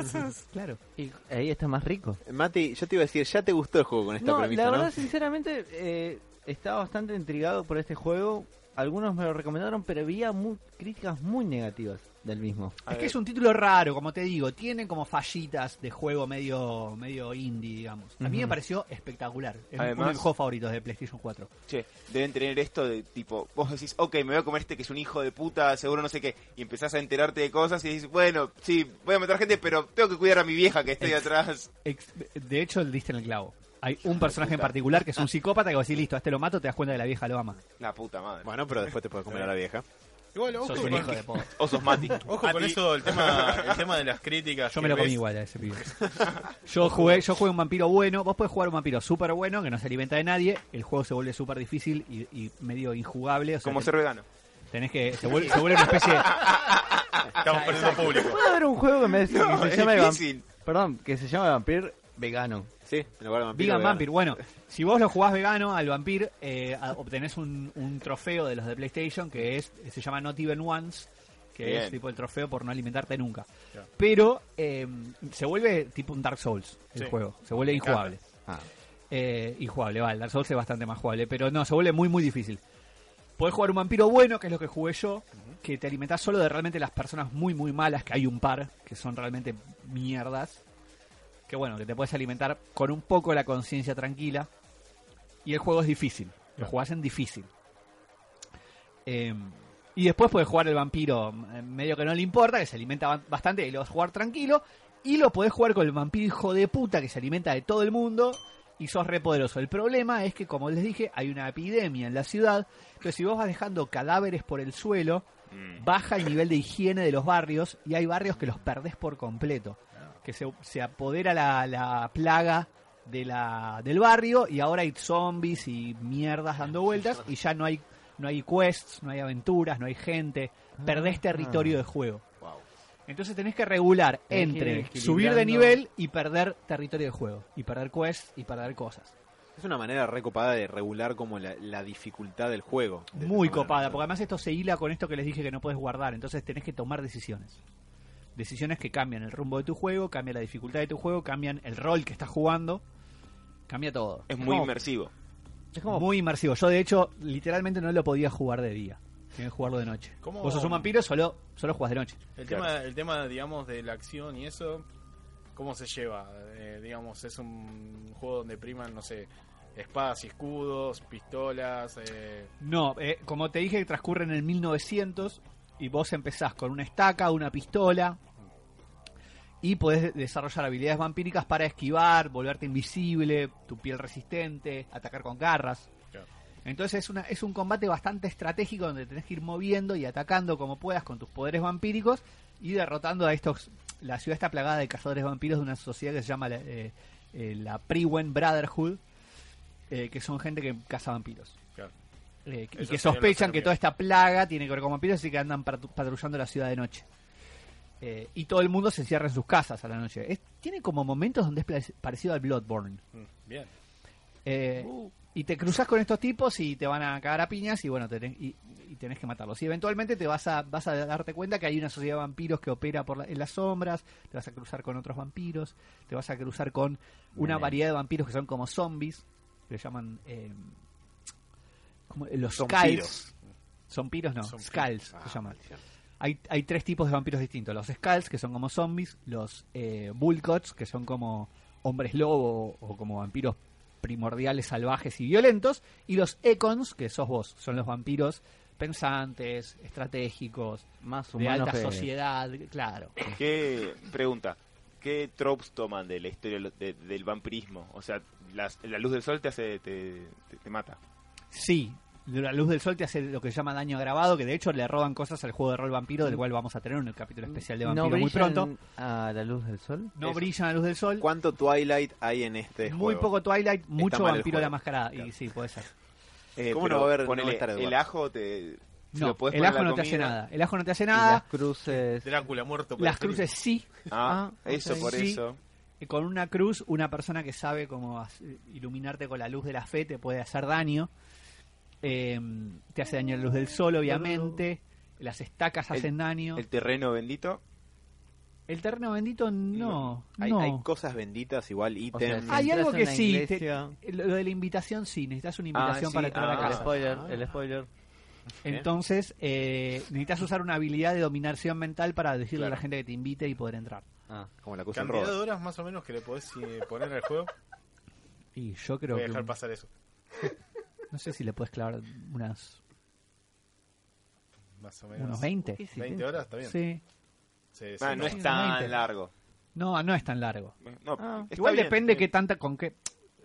F: Claro.
C: Y ahí está más rico.
B: Mati, yo te iba a decir, ya te gustó el juego con esta
C: no,
B: premisa,
C: la
B: ¿no?
C: verdad, sinceramente, eh, estaba bastante intrigado por este juego. Algunos me lo recomendaron, pero había mu- críticas muy negativas del mismo.
F: Es que es un título raro, como te digo, tiene como fallitas de juego medio medio indie, digamos. A mí me
C: Ujú.
F: pareció espectacular. Es uno
D: Además-
F: de mis juegos favoritos de PlayStation 4.
D: Che, deben tener esto de tipo, vos decís, ok, me voy a comer este que es un hijo de puta, seguro no sé qué, y empezás a enterarte de cosas y dices, bueno, sí, voy a matar gente, pero tengo que cuidar a mi vieja que estoy atrás.
F: Ex- De hecho, le diste en el clavo. Hay un personaje en particular que es
D: Ah.
F: un psicópata que va a decir, listo, a este lo mato, te das cuenta de la vieja lo ama.
D: La puta madre.
B: Bueno, pero después te puedes comer a la vieja.
A: Igual, ojo,
F: Sos un
A: con,
F: hijo de po-
D: O sos Mati.
A: ojo con eso, el tema, el tema de las críticas.
F: Yo
A: que
F: me lo comí
A: ves.
F: igual a ese pibe. Yo jugué, yo jugué un vampiro bueno. Vos podés jugar un vampiro súper bueno que no se alimenta de nadie. El juego se vuelve súper difícil y, y medio injugable. O sea,
D: Como
F: ten-
D: ser vegano.
F: tenés que. Se vuelve, se vuelve una especie. de-
A: Estamos perdiendo público.
C: Puede haber un juego que, me, que
D: No,
C: se
D: es
C: llame Vamp-
D: difícil.
C: Perdón, que se llama Vampir Vegano.
B: Sí, en lugar de vampiro.
F: Vegan
B: vegano.
F: Vampire. Bueno, si vos lo jugás vegano al Vampire, eh, a- obtenés un, un trofeo de los de PlayStation que es se llama Not Even Once, que
D: Bien.
F: es tipo el trofeo por no alimentarte nunca. Pero eh, se vuelve tipo un Dark Souls el
A: Sí.
F: juego, se vuelve
A: Me encanta.
F: injugable. Eh, injugable, va, el Dark Souls es bastante más jugable, pero no, se vuelve muy, muy difícil. Podés jugar un vampiro bueno, que es lo que jugué yo, que te alimentás solo de realmente las personas muy, muy malas, que hay un par, que son realmente mierdas. Que bueno, que te puedes alimentar con un poco la conciencia tranquila. Y el juego es difícil, lo jugás en difícil. Eh, y después podés jugar el vampiro eh, medio que no le importa, que se alimenta ba- bastante y lo vas a jugar tranquilo. Y lo podés jugar con el vampiro hijo de puta que se alimenta de todo el mundo y sos re poderoso. El problema es que, como les dije, hay una epidemia en la ciudad. Entonces, si vos vas dejando cadáveres por el suelo, baja el nivel de higiene de los barrios y hay barrios que los perdés por completo. Que se, se apodera la, la plaga de la, del barrio y ahora hay zombies y mierdas dando vueltas y ya no hay, no hay quests, no hay aventuras, no hay gente.
C: Ah.
F: Perdés territorio de juego. Entonces tenés que regular
C: Tenés que ir
F: entre
C: equilibrando.
F: subir de nivel y perder territorio de juego. Y perder quests y perder cosas.
B: Es una manera recopada de regular como la, la dificultad del juego. De
F: Muy
B: esa manera.
F: copada, porque además esto se hila con esto que les dije que no puedes guardar, entonces tenés que tomar decisiones. Decisiones que cambian el rumbo de tu juego, cambian la dificultad de tu juego, cambian el rol que estás jugando, cambia todo.
D: Es muy
F: como-
D: inmersivo.
C: Es como
F: muy inmersivo. Yo de hecho literalmente no lo podía jugar de día, tenía que jugarlo de noche.
A: ¿Cómo?
F: Vos sos un vampiro, solo, solo jugás de noche.
A: El,
B: Claro.
A: tema, el tema, digamos, de la acción y eso, ¿cómo se lleva? Eh, digamos, es un juego donde priman, no sé, espadas y escudos, pistolas. Eh,
F: No, eh, como te dije, transcurre en el 1900 y vos empezás con una estaca, una pistola y podés desarrollar habilidades vampíricas para esquivar, volverte invisible, tu piel resistente, atacar con garras.
A: Claro.
F: Entonces es, una, es un combate bastante estratégico donde tenés que ir moviendo y atacando como puedas con tus poderes vampíricos y derrotando a estos... La ciudad está plagada de cazadores vampiros de una sociedad que se llama la, eh, eh, la Priwen Brotherhood, eh, que son gente que caza vampiros.
A: claro.
F: Eh, y
A: Eso
F: que
A: sería la
F: sospechan que
A: Serbia.
F: toda esta plaga tiene que ver con vampiros, así que andan patru- patrullando la ciudad de noche. Eh, y todo el mundo se encierra en sus casas a la noche. Es- tiene como momentos donde es pla- parecido al Bloodborne.
A: Mm, Bien. Uh.
F: Eh, Y te cruzas con estos tipos y te van a cagar a piñas y bueno, tenés, y, y tenés que matarlos. Y eventualmente te vas a, vas a darte cuenta que hay una sociedad de vampiros que opera por la- en las sombras, te vas a cruzar con otros vampiros, te vas a cruzar con una variedad de vampiros que son como zombies, que le llaman eh, como- los
B: Zompiros.
F: skulls. Zompiros no,
A: Zompiros.
F: skulls
B: Ah,
F: se llaman.
B: maldición.
F: Hay, hay tres tipos de vampiros distintos. Los Skulls, que son como zombies. Los eh, Bullcots, que son como hombres lobo o como vampiros primordiales, salvajes y violentos. Y los Econs, que sos vos. Son los vampiros pensantes, estratégicos,
C: más
F: de
C: humano
F: alta
C: que-
F: sociedad, claro.
D: ¿Qué pregunta? ¿Qué tropes toman de la historia lo- de- del vampirismo? O sea, las- la luz del sol te hace te, te- te mata.
F: Sí, la luz del sol te hace lo que se llama daño agravado, que de hecho le roban cosas al juego de rol vampiro, del cual vamos a tener un capítulo especial de vampiro muy
C: Mm. brillan
F: pronto.
C: a la luz del sol.
F: No
B: Es-
F: brilla la luz del sol.
B: ¿Cuánto Twilight hay en este
F: Muy
B: juego?
F: poco Twilight, mucho
B: mal el
F: vampiro de la
B: juego.
F: mascarada.
B: Claro.
F: Y sí, puede ser.
D: Eh,
B: ¿Cómo no
D: pero
B: va a haber- no va a
D: ponele,
B: estar Eduardo?
D: el ajo te si
F: No,
D: lo podés
F: el
D: poner en
F: ajo
D: la
F: no te hace
D: comida-
F: nada. El ajo no te hace
C: Y las
F: nada.
C: cruces.
A: Drácula muerto. por
F: Las
A: el frío.
F: cruces sí.
D: Ah,
C: Ah,
D: eso
C: ok.
D: por
F: Sí.
D: eso.
F: Y Con una cruz, una persona que sabe cómo as- iluminarte con la luz de la fe te puede hacer daño. Eh, te hace daño la luz del sol, obviamente. Las estacas hacen daño.
D: El terreno bendito.
F: El terreno bendito no.
B: Hay,
F: no.
B: hay cosas benditas igual,
C: O sea,
B: ítems.
C: si
F: Hay
C: entras
F: algo
C: en
F: que
C: una
F: sí, te-
C: iglesia-
F: lo de la invitación sí, necesitas una invitación
D: sí,
F: para entrar a
D: ah,
F: casa.
C: El spoiler, el spoiler.
F: Entonces, eh, necesitas usar una habilidad de dominación mental para decirle a la gente que te invite y poder entrar.
B: Ah, como la cosa en
A: Cantidad de
B: Rodas.
A: horas más o menos que le podés eh, poner al juego.
F: Y yo creo
A: Voy a
F: que.
A: dejar
F: un-
A: pasar eso.
F: No sé si le puedes clavar unas
A: Más o menos.
F: unos 20.
C: ¿Qué hiciste?
A: 20 horas, está bien.
F: Sí.
A: Sí, sí,
D: Ah, no
A: no.
D: es tan
F: 20.
D: largo.
F: No, no es tan largo.
D: No, está
F: Ah, Igual
D: bien,
F: depende
D: está
F: qué tanta con qué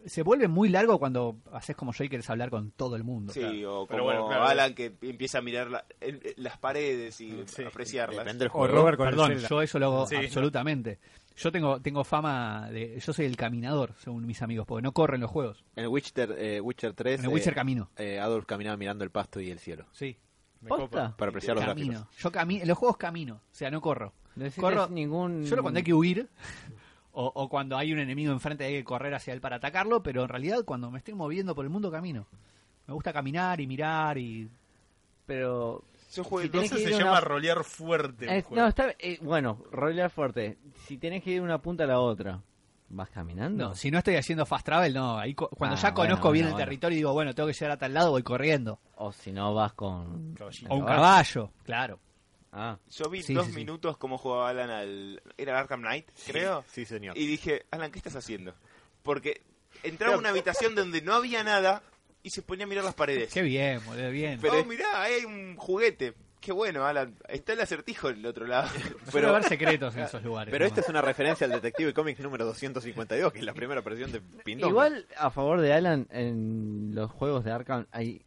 F: se vuelve muy largo cuando haces como yo y quieres hablar con todo el mundo.
D: bien. Sí, o
A: Pero
D: como
A: bueno, claro.
D: Alan que empieza a mirar la- el- las paredes y
A: Sí.
D: apreciarlas.
B: Depende del
E: O
B: juego.
E: Robert con el
F: Perdón,
E: Zelda.
F: yo eso lo hago
A: Sí.
F: absolutamente. Yo tengo tengo fama de yo soy el caminador, según mis amigos, porque no corren los juegos.
B: En el Witcher, eh, Witcher 3,
F: En el Witcher
B: eh,
F: camino.
B: eh, Adolf caminaba mirando el pasto y el cielo.
F: Sí.
A: Me
C: ¿Posta?
B: Para apreciar los
F: Camino.
B: gráficos.
F: Yo camino, en los juegos camino, o sea, no corro.
C: No decís
F: Corro-
C: ningún...
F: Solo cuando hay que huir o, o cuando hay un enemigo enfrente hay que correr hacia él para atacarlo, pero en realidad cuando me estoy moviendo por el mundo camino. Me gusta caminar y mirar y
C: Pero...
D: Es un juego-
C: Si
A: copa.
C: tenés
A: Eso
C: que
A: se
C: ir a
A: llama
C: una-
A: rolear fuerte. el
C: eh,
A: juego.
C: no, está... eh, bueno, rolear fuerte. Si tenés que ir de una punta a la otra, ¿vas caminando?
F: No, si no estoy haciendo fast travel, no. Ahí co- cuando
C: Ah,
F: ya
C: bueno,
F: conozco bien
C: bueno,
F: el
C: bueno.
F: territorio y digo, bueno, tengo que llegar a tal lado, voy corriendo.
C: O si no, vas con...
A: Caballito.
F: O un
C: Ah,
F: caballo, claro.
C: Ah,
D: Yo vi
F: Sí,
D: dos
F: sí, sí.
D: minutos cómo jugaba Alan al. Era Arkham Knight, creo.
B: Sí, señor.
D: Y dije, Alan, ¿qué estás haciendo? Porque entraba a una habitación donde no había nada y se ponía a mirar las paredes.
F: Qué bien, boludo, bien.
D: Pero oh, mirá, ahí hay un juguete. Qué bueno, Alan. Está el acertijo del otro lado.
F: Suele haber secretos en esos lugares.
B: Pero este esta
F: ¿no?
B: es una referencia al Detective Comics número 252, que es la primera aparición de Pindón.
C: Igual, a favor de Alan, en los juegos de Arkham hay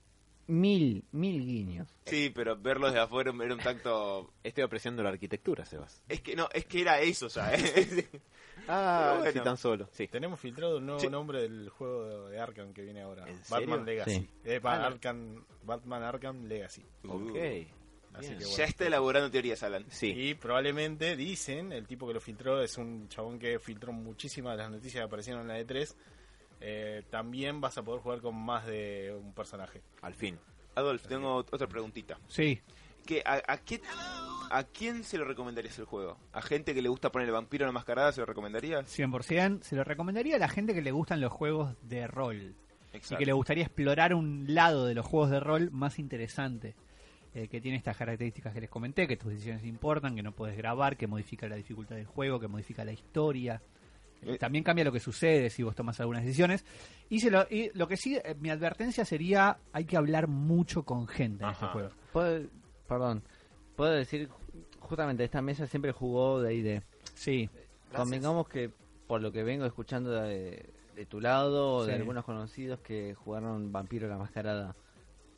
C: mil, mil guiños.
D: Sí, pero verlo desde afuera era un tacto.
B: Estoy apreciando la arquitectura, Sebas.
D: Es que no, es que era eso, ¿eh? ¿sabes?
B: Ah,
D: bueno.
B: sí, tan solo. Sí.
A: Tenemos filtrado un nuevo
D: Sí.
A: nombre del juego de Arkham que viene ahora.
B: ¿En serio?
A: Batman Legacy.
C: Sí.
A: Eh, pa-
B: Ah, no.
A: Arkham- Batman Arkham Legacy. Así
B: Ok. Bien.
A: que
D: Ya
A: bueno.
D: está elaborando teorías, Alan.
B: Sí.
A: Y probablemente dicen, el tipo que lo filtró es un chabón que filtró muchísimas de las noticias que aparecieron en la E3. eh, también vas a poder jugar con más de un personaje.
B: Al fin.
D: Adolf, tengo ot- otra preguntita.
F: Sí.
D: ¿Qué, a, a qué- ¿A quién se lo recomendarías el juego? ¿A gente que le gusta poner el vampiro en la mascarada se lo recomendarías?
F: 100%. Se lo recomendaría a la gente que le gustan los juegos de rol y
D: Exacto.
F: que le gustaría explorar un lado de los juegos de rol más interesante. eh, que tiene estas características que les comenté, que tus decisiones importan, que no puedes grabar, que modifica la dificultad del juego, que modifica la historia. Eh, También cambia lo que sucede si vos tomas algunas decisiones. Y, se lo, y lo que sí, eh, mi advertencia sería, hay que hablar mucho con gente en este juego.
C: Puedo- perdón, puedo decir, justamente esta mesa siempre jugó de ID.
F: Sí,
C: Convengamos que por lo que vengo escuchando de, de tu lado, o de
F: Sí.
C: algunos conocidos que jugaron Vampiro la Mascarada,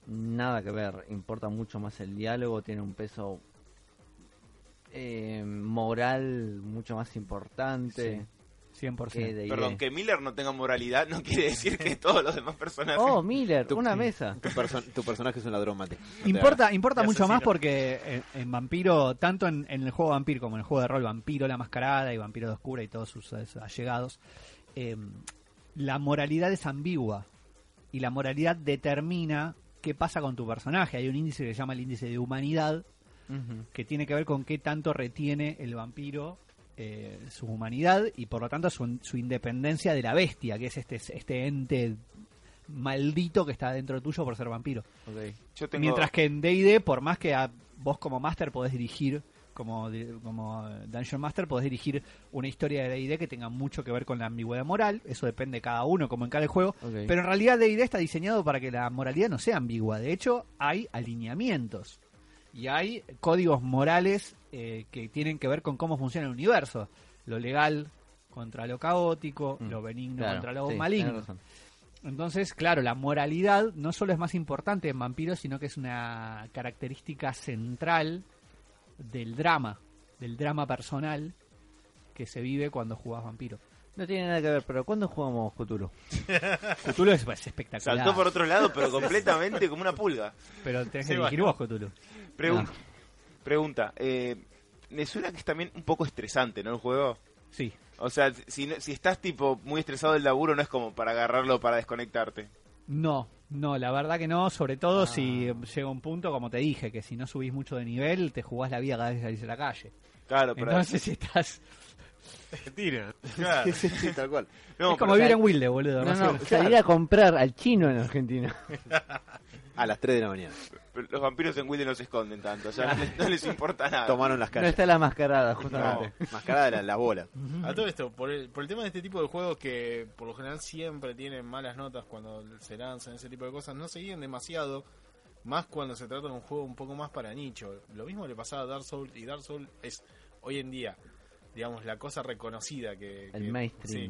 C: nada que ver, importa mucho más el diálogo, tiene un peso eh, moral mucho más importante
F: 100%.
C: que de
D: Perdón,
C: ID.
D: que Miller no tenga moralidad no quiere decir que todos los demás personajes.
C: Oh, Miller, una
F: Sí.
C: mesa.
B: Tu, perso- tu personaje es un ladrón, Mate. No te
F: Importa, importa
A: de
F: mucho más
A: asesino.
F: porque en, en Vampiro, tanto en, en el juego Vampiro como en el juego de rol Vampiro la Mascarada y Vampiro de Oscura y todos sus eh, allegados, eh, la moralidad es ambigua y la moralidad determina qué pasa con tu personaje. Hay un índice que se llama el índice de humanidad
C: Ujú.
F: que tiene que ver con qué tanto retiene el vampiro eh, su humanidad y por lo tanto su, su independencia de la bestia, que es este, este ente maldito que está dentro tuyo por ser vampiro.
C: Ok.
D: Yo tengo-
F: Mientras que en D&D, por más que a- vos como Master podés dirigir, como, di- como eh, Dungeon Master, podés dirigir una historia de D&D que tenga mucho que ver con la ambigüedad moral, eso depende de cada uno, como en cada juego,
C: Ok.
F: pero en realidad D&D está diseñado para que la moralidad no sea ambigua, de hecho hay alineamientos y hay códigos morales eh, que tienen que ver con cómo funciona el universo, lo legal contra lo caótico,
C: Mm,
F: lo benigno
C: Claro,
F: contra lo
C: sí,
F: maligno.
C: tenés razón.
F: Entonces, claro, la moralidad no solo es más importante en vampiros, sino que es una característica central del drama, del drama personal que se vive cuando jugás vampiro.
C: No tiene nada que ver, pero ¿cuándo jugamos Cthulhu?
F: Cthulhu es, es espectacular.
D: Saltó por otro lado, pero completamente como una pulga.
F: Pero tenés que
A: Sí,
F: dirigir vos, Cthulhu.
D: Pregun-
C: No.
D: Pregunta, eh, me suena que es también un poco estresante, ¿no? El juego.
F: Sí.
D: O sea, si, no- si estás tipo muy estresado del laburo, no es como para agarrarlo para desconectarte.
F: No, no, la verdad que no, sobre todo si llega un punto, como te dije, que si no subís mucho de nivel, te jugás la vida cada vez que salís a la calle.
D: Claro, pero.
F: Entonces si estás...
E: Argentina.
A: Claro.
B: Sí, sí, sí, tal cual.
D: No,
F: es como
D: pero-
F: vivir en Wilde, boludo.
C: No,
F: más o
C: no,
F: menos.
C: salir a comprar al chino en Argentina.
B: A las 3 de la mañana.
D: pero los vampiros en Wilde no se esconden tanto, o sea, no les, no les importa nada.
B: Tomaron las
C: No
B: calles.
C: está la mascarada,
B: No,
C: justamente.
B: mascarada de la, la bola.
A: A todo esto, por el, por el tema de este tipo de juegos que por lo general siempre tienen malas notas cuando se lanzan ese tipo de cosas, no se guíen demasiado, más cuando se trata de un juego un poco más para nicho. Lo mismo le pasaba a Dark Souls y Dark Souls es hoy en día, digamos, la cosa reconocida que... que-
C: El mainstream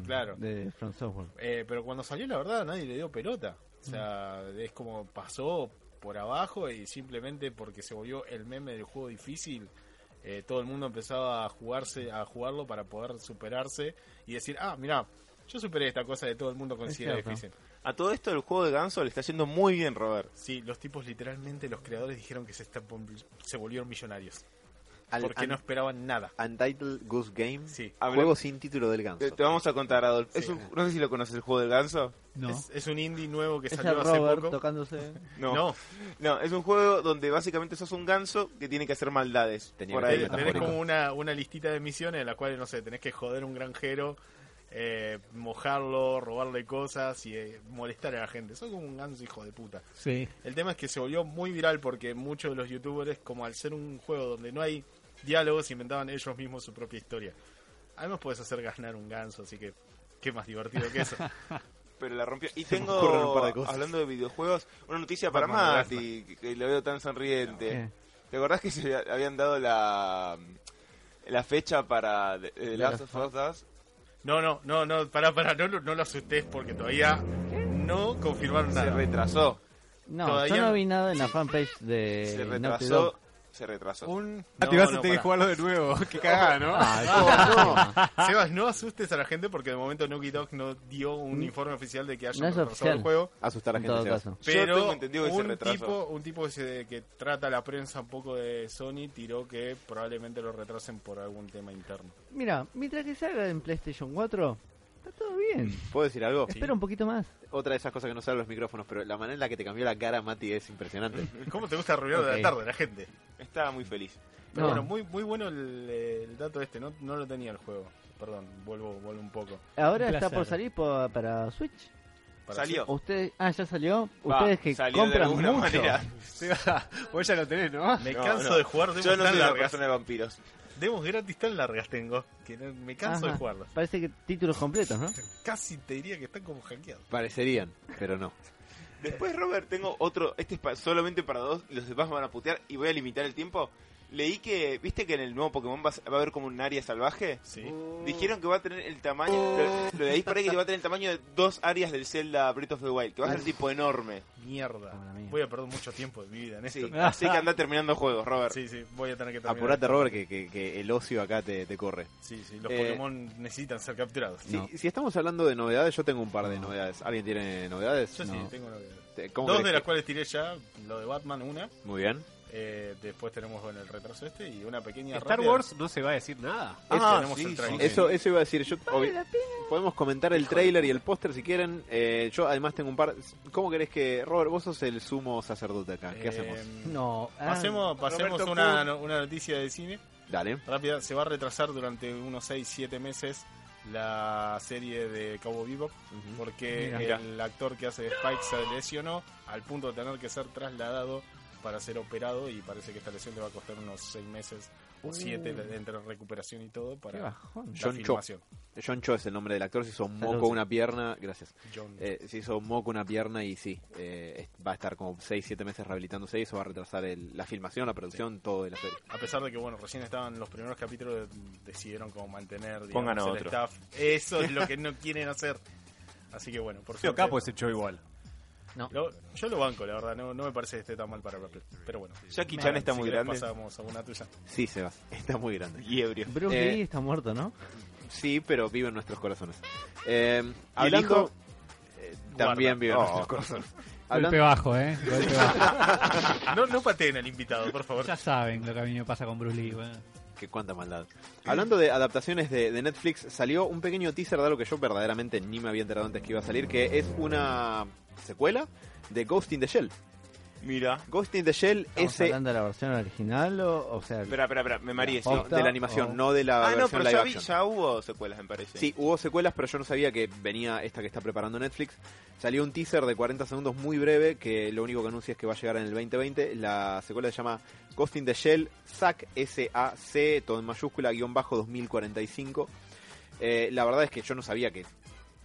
A: Sí, claro.
C: de From Software.
A: Eh, pero cuando salió la verdad nadie le dio pelota. O sea, es como pasó por abajo y simplemente porque se volvió el meme del juego difícil, eh, todo el mundo empezaba a jugarse, a jugarlo para poder superarse y decir, ah, mira, yo superé esta cosa que todo el mundo considera
C: cierto.
A: difícil.
D: A todo esto, el juego de Ganso le está yendo muy bien, Robert.
A: Sí, los tipos literalmente, los creadores dijeron que se, están vol- se volvieron millonarios
B: Al-
A: porque
B: un-
A: no esperaban nada.
B: Untitled Goose Game.
A: Sí.
D: Habla-
B: Juego sin título del ganso.
D: Te, te vamos a contar, Adolf. Es
A: Sí.
D: un- no sé si lo conoces, el juego del Ganso.
F: No.
A: Es, es un indie nuevo que
C: Es
A: salió
C: el
A: hace
C: Robert
A: poco.
C: tocándose.
D: No. no.
A: No.
D: es un juego donde básicamente sos un ganso que tiene que hacer maldades.
B: Tenía
D: por
B: que
D: ahí.
B: ser
A: Tenés
B: metafórico.
A: como una, una listita de misiones en las cuales, no sé, tenés que joder un granjero, eh, mojarlo, robarle cosas y eh, molestar a la gente. Soy como un ganso hijo de puta.
F: Sí.
A: El tema es que se volvió muy viral porque muchos de los youtubers, como al ser un juego donde no hay diálogos, inventaban ellos mismos su propia historia. Además podés hacer ganar un ganso, así que qué más divertido que eso.
D: Pero la rompió. Y
B: ocurren
D: tengo,
B: un par de cosas.
D: hablando de videojuegos, una noticia para
A: Batman,
D: Mati, que, que lo veo tan sonriente.
C: ¿Qué?
D: ¿Te acordás que se habían dado la, la fecha para The- The Last of Us 2?
A: No, no, no, no, pará, pará, no, lo- no lo asustes porque todavía no confirmaron
D: Se
A: nada.
D: retrasó.
C: No,
A: Todavía
C: yo no
A: no-
C: vi nada en la fanpage de
B: Eh,
D: Se
C: Naughty
D: retrasó.
C: Dog.
D: Se retrasó.
A: Un...
E: Mati,
A: no,
E: vas
A: no,
E: a tener que
A: pará. Ah,
E: jugarlo de nuevo. Qué cagada, ¿no?
A: Sebas, no asustes a la gente porque de momento Nuki Dog no dio un informe oficial de que haya
C: Mm. No es
A: retrasado
C: oficial.
A: el juego.
B: Asustar a
C: En
B: la gente.
C: todo
B: Sebas.
C: caso.
D: Yo tengo
A: Pero
D: entendido que se
A: un,
D: retrasó.
A: tipo, un tipo que, se- que trata la prensa un poco de Sony tiró que probablemente lo retrasen por algún tema interno.
C: Mira, mientras que salga en PlayStation 4, está todo bien.
B: ¿Puedo decir algo?
C: Espera un poquito más.
B: Otra de esas cosas que no salen los micrófonos, pero la manera en la que te cambió la cara, Mati, es impresionante.
A: ¿Cómo te gusta arruinar de
C: Ok.
A: la tarde la gente?
D: Estaba muy feliz.
A: Pero
C: No.
A: bueno, muy, muy bueno el, el dato este, no, no lo tenía el juego. Perdón, vuelvo, vuelvo un poco.
C: Ahora
F: Un
C: está
F: placer.
C: por salir po- para Switch.
A: Para
D: Salió.
C: ¿O Ustedes, ah, ya salió.
D: Va,
C: Ustedes que
D: salió de
C: compran
D: alguna
C: mucho.
D: manera.
E: Vos ya lo tenés, ¿no?
A: Me
D: No,
A: canso
D: no.
A: de jugar demos
D: Yo no
A: tan
D: soy una
A: largas.
D: persona de vampiros.
A: Demos gratis tan largas tengo. Que no- me canso
C: Ajá.
A: de jugarlas.
C: Parece que títulos completos, ¿no?
A: Casi te diría que están como hackeados.
B: Parecerían, pero no.
D: Después, Robert, tengo otro. Este es pa- solamente para dos. y Los demás me van a putear. Y voy a limitar el tiempo. Leí que, viste que en el nuevo Pokémon vas- va a haber como un área salvaje.
A: Sí.
D: Dijeron que va a tener el tamaño. Lo, lo leí por ahí que va a tener el tamaño de dos áreas del Zelda Breath of the Wild. Que va a ser tipo enorme.
A: Mierda.
C: Como la mía.
A: Voy a perder mucho tiempo de mi vida en esto.
D: Sí, así que anda terminando juegos, Robert.
A: Sí, sí, voy a tener que terminar.
B: Apurate, Robert, que, que- que el ocio acá te, te corre.
A: Sí, sí, los
B: Eh,
A: Pokémon necesitan ser capturados.
B: Si, si estamos hablando de novedades, yo tengo un par de novedades. ¿Alguien tiene novedades?
A: Yo sí,
B: No.
A: tengo una que-
B: Te- ¿Cómo
A: Dos
B: crees
A: de las
B: que-
A: cuales tiré ya, lo de Batman, una.
B: Muy bien.
A: eh, después tenemos bueno, el retraso este y una pequeña
E: Star
A: rápida.
E: Wars no se va a decir nada.
A: Este
D: Ah,
A: tenemos
D: sí,
A: el trailer.
D: sí, sí.
B: Eso, eso iba a decir. Yo, obvi- podemos comentar el trailer y el póster si quieren. Eh, yo además tengo un par. ¿Cómo querés que. Robert, vos sos el sumo sacerdote acá. ¿Qué
A: Eh,
B: hacemos?
C: No. ah,
A: Pasemos, pasemos
D: Roberto
A: una, no- una noticia de cine
B: Dale.
A: rápida. Se va a retrasar durante unos 6-7 meses la serie de Cabo Bebop porque
D: Mira.
A: el actor que hace de Spike se lesionó al punto de tener que ser trasladado para ser operado y parece que esta lesión le va a costar unos seis meses o siete de- entre recuperación y todo
C: Qué
A: para la
C: bajón.
B: John Cho.
A: filmación.
B: John Cho es el nombre del actor. Se hizo un moco
C: Saludos.
B: una pierna. Gracias.
A: John.
B: Eh, se hizo un moco una pierna y sí. eh, es- va a estar como 6-7 meses rehabilitándose. Y eso va a retrasar el- la filmación, la producción, todo de la serie.
A: A pesar de que, bueno, recién estaban los primeros capítulos, decidieron como mantener, digamos,
D: Pongan a
A: el
D: otro.
A: staff. Eso es lo que no quieren hacer. Así que, bueno, por
E: Tío
A: suerte.
E: Capo se echó igual.
A: Lo- yo lo banco, la verdad. No, no me parece que esté tan mal para Apple. Pero bueno.
D: Jackie Chan está
A: Si
D: muy
A: querés
D: grande.
A: pasamos a una tuya.
B: Sí, Sebas. Está muy grande.
D: Y ebrio.
C: Bruce
B: Eh,
C: Lee está muerto, ¿no?
B: Sí, pero vive en nuestros corazones. Eh,
D: ¿Y el
B: hablando-
D: hijo? Oh.
B: eh, también vive en nuestros corazones.
F: Golpe
B: Hablando-
F: bajo, ¿eh? Golpe bajo.
A: No, no pateen al invitado, por favor.
F: ya saben lo que a mí me pasa con Bruce Lee. bueno.
B: Que cuánta maldad. Hablando de adaptaciones de, de Netflix, salió un pequeño teaser de algo que yo verdaderamente ni me había enterado antes que iba a salir, que es una secuela de Ghost in the Shell.
D: Mira.
B: Ghost in the Shell,
C: ¿Estamos
B: ese.
C: hablando de la versión original o, o sea,
D: Espera, espera, espera, me mareé. sí.
C: Posta.
B: de la animación,
C: o-
B: no de la
D: Ah, no,
B: versión
D: pero
B: live
D: ya, vi-
B: action.
D: ya hubo secuelas, me parece.
B: Sí, hubo secuelas, pero yo no sabía que venía esta que está preparando Netflix. Salió un teaser de 40 segundos muy breve, que lo único que anuncia es que va a llegar en el 2020. La secuela se llama Ghost in the Shell, SAC, S-A-C, todo en mayúscula, guión bajo 2045. Eh, la verdad es que yo no sabía que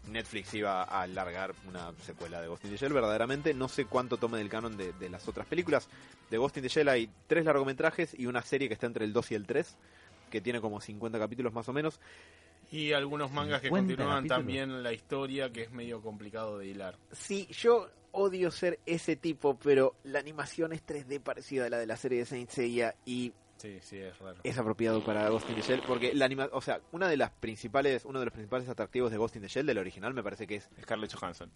B: Netflix iba a largar una secuela de Ghost in the Shell, verdaderamente. No sé cuánto tome del canon de, de las otras películas. De Ghost in the Shell hay tres largometrajes y una serie que está entre el 2 y el 3, que tiene como 50 capítulos más o menos.
A: Y algunos mangas que
C: 50
A: continúan
C: capítulos.
A: también la historia, que es medio complicado de hilar.
B: Sí, yo odio ser ese tipo, pero la animación es 3D parecida a la de la serie de Saint Seiya y
A: Sí, sí, es raro.
B: es apropiado para Ghost in the Shell porque la anima, o sea, una de las principales, uno de los principales atractivos de Ghost in the Shell del original me parece que es
D: Scarlett Johansson.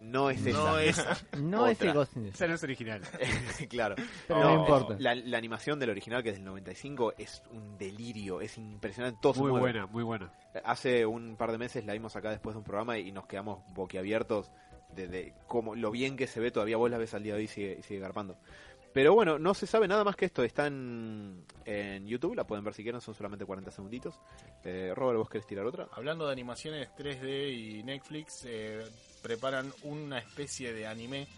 B: no es esa.
A: No es.
C: no es el
B: otra.
C: Ghost in the Shell,
E: Esa no es original.
B: claro.
C: pero
D: No,
C: no importa.
B: La, la animación del original que es del 95 es un delirio, es impresionante, todo se
E: Muy
B: mueve.
E: buena, muy buena.
B: Hace un par de meses la vimos acá después de un programa y nos quedamos boquiabiertos de, de cómo, lo bien que se ve. Todavía vos la ves al día de hoy y sigue, y sigue garpando. Pero bueno, no se sabe nada más que esto. Está en, en YouTube, la pueden ver si quieren, son solamente 40 segunditos. Eh, Robert, ¿vos querés tirar otra?
A: Hablando de animaciones 3D y Netflix, eh, preparan una especie de anime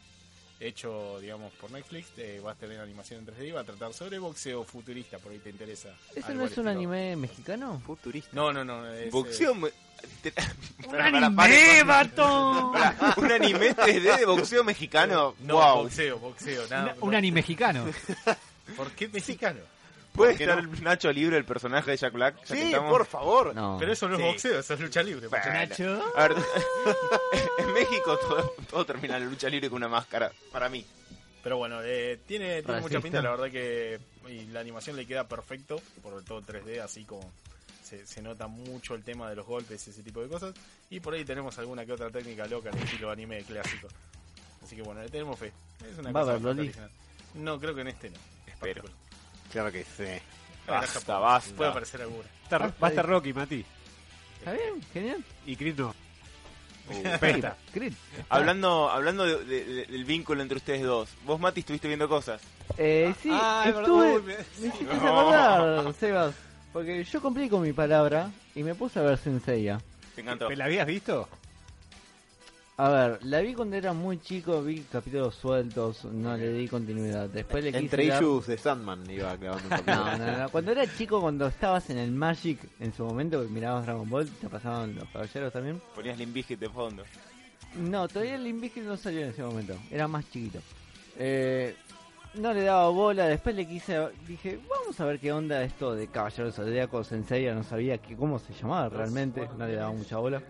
A: hecho, digamos, por Netflix. eh, va a tener animación en 3D y va a tratar sobre boxeo futurista, por ahí te interesa. algo
C: ¿Ese no
A: al
C: es un
A: estilo.
C: anime mexicano?
B: Futurista.
A: No, no, no. es, eh,
D: Boxeo. me- te- Pará, pará,
F: anime,
D: pará,
F: Barton!
D: pará, pará. Un anime 3D de boxeo mexicano.
A: no,
D: wow.
A: boxeo, boxeo. Nada,
F: Una- Un anime mexicano.
A: ¿Por qué mexicano?
D: ¿Puede
B: ¿Por qué
D: estar Nacho libre el personaje de Jack Black? Ya que estamos-
B: favor.
C: No.
A: Pero eso no es
D: Sí.
A: boxeo, eso es lucha libre.
D: Bueno.
A: muchachos.
D: A ver, en México todo, todo termina en la lucha libre con una máscara. Para mí.
A: Pero bueno, eh, tiene, tiene
C: Racista.
A: mucha pinta, la verdad que y la animación le queda perfecto, por todo 3D, así como se, se nota mucho el tema de los golpes y ese tipo de cosas. Y por ahí tenemos alguna que otra técnica loca al estilo anime clásico. Así que bueno, le tenemos fe. Es una
C: Va a
A: cosa
C: haber
A: bastante
C: Loli.
A: original. No, creo que en este no.
D: Espero.
A: Particular.
B: Claro que sí.
A: Bueno,
D: Basta,
A: capaz,
D: basta.
A: Puede aparecer alguna.
E: Está-
C: Basta
E: va a
C: de-
E: estar Rocky, Mati.
C: Está bien, genial.
E: Y Chris no.
C: Pesta. Crit.
D: Ah. Hablando, hablando de- de- de- del vínculo entre ustedes dos. Vos, Mati, estuviste viendo cosas.
C: Eh, sí,
E: Ah, es verdad.
C: estuve...
E: Uy, me-
C: Me hiciste
D: No.
C: acordar, Sebas. Porque yo cumplí con mi palabra y me puse a ver Senseiya.
D: Te encantó.
E: ¿Me la habías visto?
C: A ver, la vi cuando era muy chico, vi capítulos sueltos, no le di continuidad. Después le quise
B: Entre
C: dar-
B: issues de Sandman iba clavando un capítulo.
C: No, no, no. Cuando era chico, cuando estabas en el Magic, en su momento, que mirabas Dragon Ball, te pasaban los caballeros también.
D: Ponías Limbigit de fondo.
C: No, todavía el Invisible no salió en ese momento. Era más chiquito. Eh, no le daba bola. Después le quise. Dije, vamos a ver qué onda esto de Caballeros Zodíacos. En serio, no sabía que, cómo se llamaba realmente. No le daba mucha bola.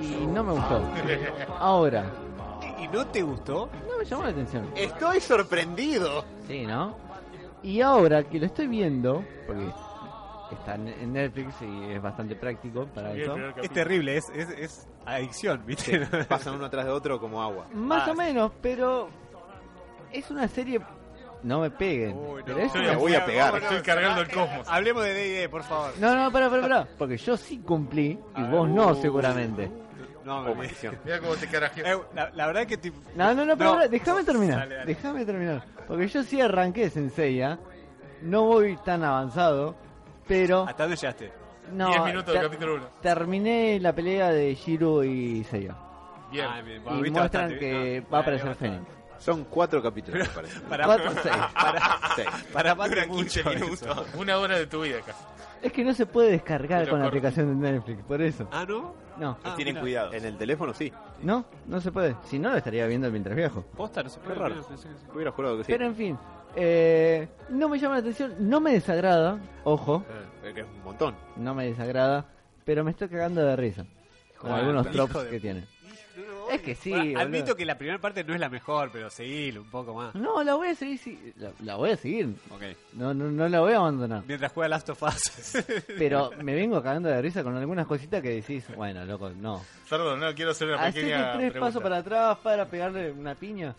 C: Y no me gustó. Ahora,
E: ¿Y no te gustó?
C: no me llamó la atención.
B: Estoy sorprendido.
C: Sí, ¿no? Y ahora que lo estoy viendo, porque está en- en Netflix y es bastante práctico para
A: El
C: eso.
A: primer
E: Es
A: capítulo.
E: terrible, es, es, es adicción, ¿viste?
B: Pasan uno atrás de otro como agua.
C: Más
E: Ah,
C: o menos, pero es una serie. No me peguen. pero es
A: Yo
C: una-
A: ya voy a pegar.
E: Vámonos.
A: Estoy cargando el cosmos.
E: Hablemos de D&D, por favor.
C: No, no, pará, pará, pará. Porque yo sí cumplí y
E: Ah,
C: vos no,
E: uh.
C: seguramente.
E: No,
B: Oh,
E: me-
B: maldición.
A: Mira cómo te carajeó.
E: Eh, la, la verdad que... tipo-
C: No, no, no, pero
E: No.
C: pará, déjame terminar.
E: Dale, dale.
C: Déjame terminar. Porque yo sí arranqué Senseiya. No voy tan avanzado, pero.
E: ¿Hasta dónde llegaste?
C: No,
A: 10 minutos
C: ter-
A: del capítulo 1.
C: Terminé la pelea de Shiro y Seiya.
A: Bien.
E: Ah, bien, bueno,
C: Y
E: viste
C: muestran
E: bastante,
C: que
E: ¿no?
C: va a
E: Vale,
C: aparecer
E: bastante.
C: Fénix.
B: Son cuatro capítulos, me parece.
E: Para,
C: Cuatro, seis.
E: para,
B: Sí.
E: para más de
D: Duran 15
E: mucho eso.
D: minutos.
A: Una hora de tu vida acá.
C: Es que no se puede descargar
A: Pero
C: con la
A: corto.
C: aplicación de Netflix, por eso.
E: Ah, ¿no?
C: No,
E: Ah,
D: Tienen
E: mira.
D: cuidado.
B: En el teléfono sí.
C: no, no se puede. Si no, lo estaría viendo mientras viajo.
E: Posta, no se puede.
B: Qué raro.
E: mira, pensé que sí.
B: Hubiera jurado que sí.
C: Pero en fin, eh, no me llama la atención, no me desagrada, ojo,
B: Eh, que es un montón.
C: no me desagrada, pero me estoy cagando de risa con
E: Joder,
C: algunos
E: hijo
C: tropes
E: de-
C: que tiene.
E: No,
C: Es que sí,
E: Bueno,
C: boludo.
E: Admito que la primera parte no es la mejor, pero seguilo un poco más.
C: No, la voy a seguir, si- la, la voy a seguir,
E: Ok.
C: no, no, no la voy a abandonar.
E: Mientras juega Last of Us.
C: Pero me vengo cagando de risa con algunas cositas que decís, bueno, loco, no.
A: Perdón, no quiero hacer una
C: Hacete
A: pequeña.
C: tres
A: pregunta.
C: pasos para atrás para pegarle una piña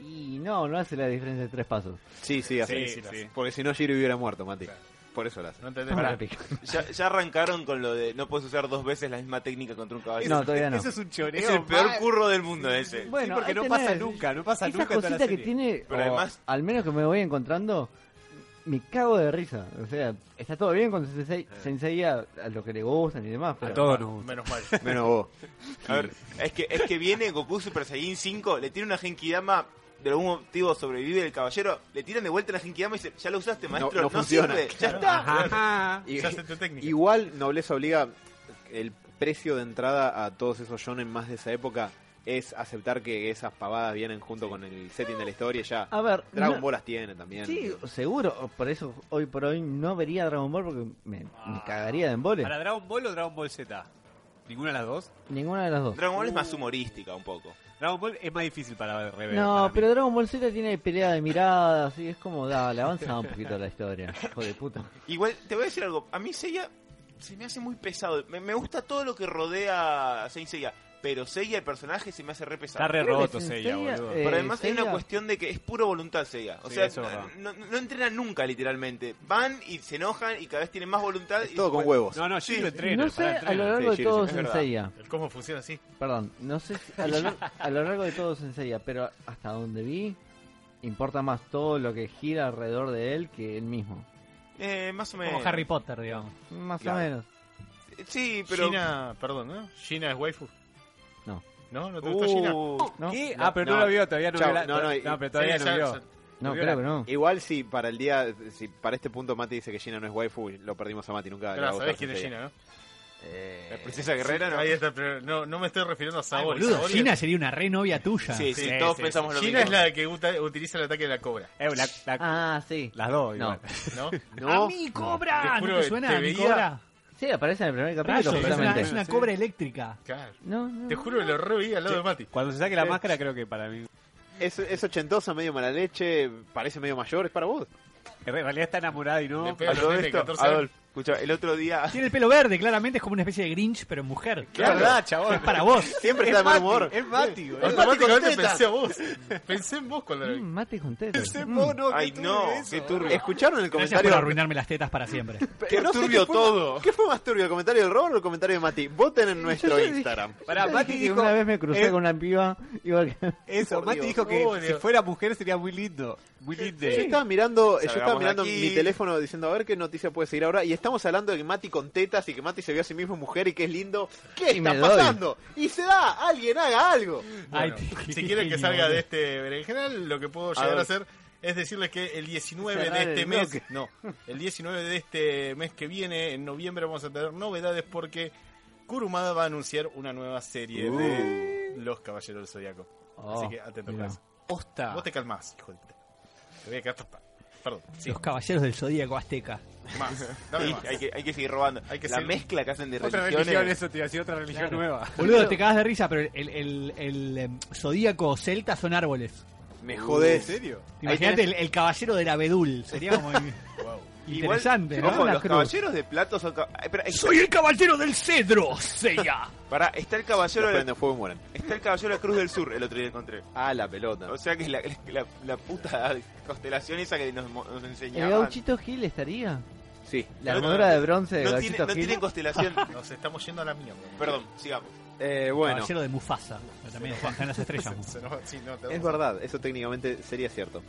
C: y no, no hace la diferencia de tres pasos.
B: Sí, sí, así.
A: Sí, sí, sí.
B: Porque si no, Giro hubiera muerto, Mati. Por eso las.
A: No entendés
C: Ahora
A: nada.
C: la pica.
D: Ya, ya arrancaron con lo de no puedes usar dos veces la misma técnica contra un caballo.
C: No, todavía no.
E: Eso es un choreo.
D: es el peor
E: mal.
D: curro del mundo ese.
E: Sí, porque
C: ahí
E: no
C: tenés
E: pasa nunca, no pasa
C: esa
E: nunca en toda la
C: cosita que
E: serie.
C: tiene,
D: Pero
C: o
D: además-
C: al menos que me voy encontrando, me cago de risa. O sea, está todo bien con Sensei, Sensei a, a lo que le gustan y demás. Pero,
E: todos nos gusta.
A: Menos mal.
B: Menos vos.
D: A ver, es que, es que viene Goku Super Saiyan 5, le tira una Genkidama, de algún motivo sobrevive el caballero, le tiran de vuelta la Genkidama y dice, ya lo usaste, maestro, no,
B: No- no funciona.
D: sirve, ya está. Ah.
B: Y-
A: Ya sé tu técnica.
B: Igual Nobleza Obliga, el precio de entrada a todos esos shonen más de esa época es aceptar que esas pavadas vienen junto con el setting de la historia y ya.
C: a ver,
B: Dragon
C: no-
B: Ball las tiene también.
C: Sí, seguro. Por eso hoy por hoy no vería Dragon Ball porque me, me cagaría de embole.
E: ¿Para Dragon Ball o Dragon Ball Z? ¿Ninguna de las dos?
C: Ninguna de las dos.
D: Dragon Ball es más humorística un poco.
E: Dragon Ball es más difícil para rever.
C: No,
E: para mí.
C: pero Dragon Ball Z tiene pelea de miradas, y es como, dale, avanza un poquito la historia, hijo de puta.
D: Igual, te voy a decir algo, a mí Seiya se me hace muy pesado, me, me gusta todo lo que rodea a Saint Seiya, pero Seiya el personaje se me hace re pesado.
E: Está re
C: Creo que
E: roto
C: Sensei,
E: Seiya, boludo.
C: eh,
D: Pero además hay
C: Seiya-
D: una cuestión de que es pura voluntad Seiya. O
E: Sí,
D: sea,
E: eso es verdad.
D: no, no entrenan nunca, literalmente. Van y se enojan y cada vez tienen más voluntad. y
B: Todo con
D: bueno,
B: huevos.
E: No, no, yo lo entreno.
C: No sé,
E: pará,
C: a
E: entreno.
C: lo largo
B: sí,
C: de
B: Giro,
C: todo
D: es verdad.
C: Sensei,
A: El cómo funciona así.
C: perdón, no sé, si- a lo, lar- a lo largo de todo Sensei, pero hasta donde vi, importa más todo lo que gira alrededor de él que él mismo.
D: eh, más o menos.
H: Como Harry Potter, digamos.
C: Más
D: Claro.
C: o menos.
D: Sí, pero.
A: Gina, perdón, ¿no? Gina es waifu.
C: No.
A: ¿No? ¿No te gustó Gina?
D: Uh,
C: ¿No?
E: ¿Qué?
B: No,
E: Ah, pero no,
B: no.
E: lo vio, todavía no
B: Chao,
E: vio. la-
B: no, no,
E: no,
B: y-
E: pero todavía
A: Sí,
E: no
A: ya-
E: vio. Ah,
A: ya-
C: No,
E: Viola.
C: creo que no.
B: Igual si para el día, si para este punto Mati dice que Gina no es waifu, lo perdimos a Mati nunca. le va a
A: Claro,
B: gustar
A: sabés quién es
B: Sensei.
A: Gina, ¿no?
D: la princesa guerrera, ¿no?
A: Ahí está, pero no, no me estoy refiriendo a
H: Ay,
A: Saori.
H: boludo,
A: Saori-
H: Gina sería una re novia tuya.
D: Sí, sí,
E: Sí,
D: todos
E: sí,
D: pensamos lo
A: Gina es
D: mismo.
A: la que uta- utiliza el ataque de la cobra,
E: Eh, la- la-
C: Ah, sí.
E: Las dos,
C: No.
E: igual.
A: ¿no?
H: ¡A
B: No,
H: mí
A: Te
H: cobra!
A: juro
H: ¿No te
A: que
H: suena
A: te
H: a mi
A: veía-
H: cobra?
C: Sí, aparece en el primer capítulo,
H: Rayos, es una,
C: justamente.
H: es una cobra eléctrica.
A: Claro.
C: No, no.
A: Te juro que lo re vi al lado de Mati.
E: Cuando se saque la
B: Sí.
E: máscara, creo que para mí.
B: es, es ochentosa, medio mala leche, parece medio mayor, es para vos.
E: En realidad está enamorada y no.
A: Le pega
D: A
A: a los
D: todo
A: nenes de
D: esto,
A: 14 años.
D: Adolf, escucha, el otro día.
H: Tiene el pelo verde, claramente es como una especie de Grinch, pero en mujer.
E: Es verdad, Ah, chabón.
H: Es para vos.
B: Siempre está de mal humor.
E: Es Mati, güey.
A: Automáticamente pensé a vos. Pensé en vos cuando lo
C: Mm,
A: vi.
C: mate con tetas. Mm.
D: Ay, no, qué turbio.
B: ¿Escucharon el
H: Gracias por
B: comentario?
H: arruinarme las tetas para siempre.
D: Qué
B: no sé qué
D: turbio
B: fue-
D: todo.
B: ¿Qué fue más turbio, el comentario del Robert o el comentario de Mati? Voten en nuestro
C: dije-
B: Instagram.
E: Pará,
C: Yo
E: Mati
C: dije que
E: dijo-
C: Una vez me crucé
E: eh,
C: con una piba, igual que...
E: Eso,
B: Por
E: Mati
B: Dios.
E: dijo que
A: Oh,
E: si
A: Dios.
E: fuera mujer sería muy lindo. Muy lindo.
B: Yo estaba mirando, yo
D: Salgamos
B: estaba
D: de
B: mirando
D: aquí.
B: mi teléfono diciendo a ver qué noticia puede seguir ahora y estamos hablando de que Mati con tetas y que Mati se vio a sí mismo mujer y que es lindo. ¿Qué
C: Y
B: está
C: me doy.
B: pasando? Y se da, alguien haga algo.
H: Ay,
A: Bueno,
H: te-
A: si quieren que salga de este berenjenal, lo que puedo llegar a hacer es decirles que el 19 de
C: Cerrar
A: este
C: el
A: mes,
C: bloque.
A: no, el 19 de este mes que viene, en noviembre vamos a tener novedades porque Kurumada va a anunciar una nueva serie de Los Caballeros del Zodiaco. Así
C: Oh,
A: que atento
C: mira.
A: con eso.
H: Posta.
F: Ah.
A: Vos te calmás, hijo de puta. Te voy a quedar tapado. Perdón, sí,
H: Los caballeros del zodíaco azteca.
A: más. Dame
D: Sí,
A: más.
D: hay, que, hay que seguir robando.
A: Hay que
D: la
A: seguir-
D: mezcla que hacen de
E: Otra
D: religiones.
E: religión, eso te iba a decir, otra religión nueva.
H: Boludo, te cagas de risa, pero el, el, el, em, zodíaco celta son árboles.
B: Me
E: ¿En
B: jodés.
E: serio?
H: Imagínate el, el caballero del abedul. Sería como in-
D: Igual,
H: interesante, ¿no?
D: ojo,
H: Una
D: los
H: cruz.
D: caballeros de platos son. cab- Ay, espera,
H: ¡Soy el caballero del cedro, Seiya!
D: Pará, está el
B: Los
D: caballero de la,
B: prenden fuego y mueren.
D: está el caballero de la Cruz del Sur, el otro día encontré.
B: Ah, la pelota.
D: O sea que la, la, la puta constelación esa que nos, nos
C: ¿El
D: enseñaban.
C: gauchito Gil estaría?
B: Sí.
C: La
D: No, no,
C: armadura
D: no.
C: de bronce de
D: No, tiene,
C: gauchito
D: no
C: Gil.
D: tienen constelación.
A: Nos estamos yendo a la mierda.
D: Perdón, sigamos.
B: Eh,
D: Ah,
B: bueno,
H: Caballero de Mufasa. Pero también están están las estrellas. Mufasa.
A: Se nos- sí, no, te
B: es
A: vamos
B: verdad, eso técnicamente sería cierto.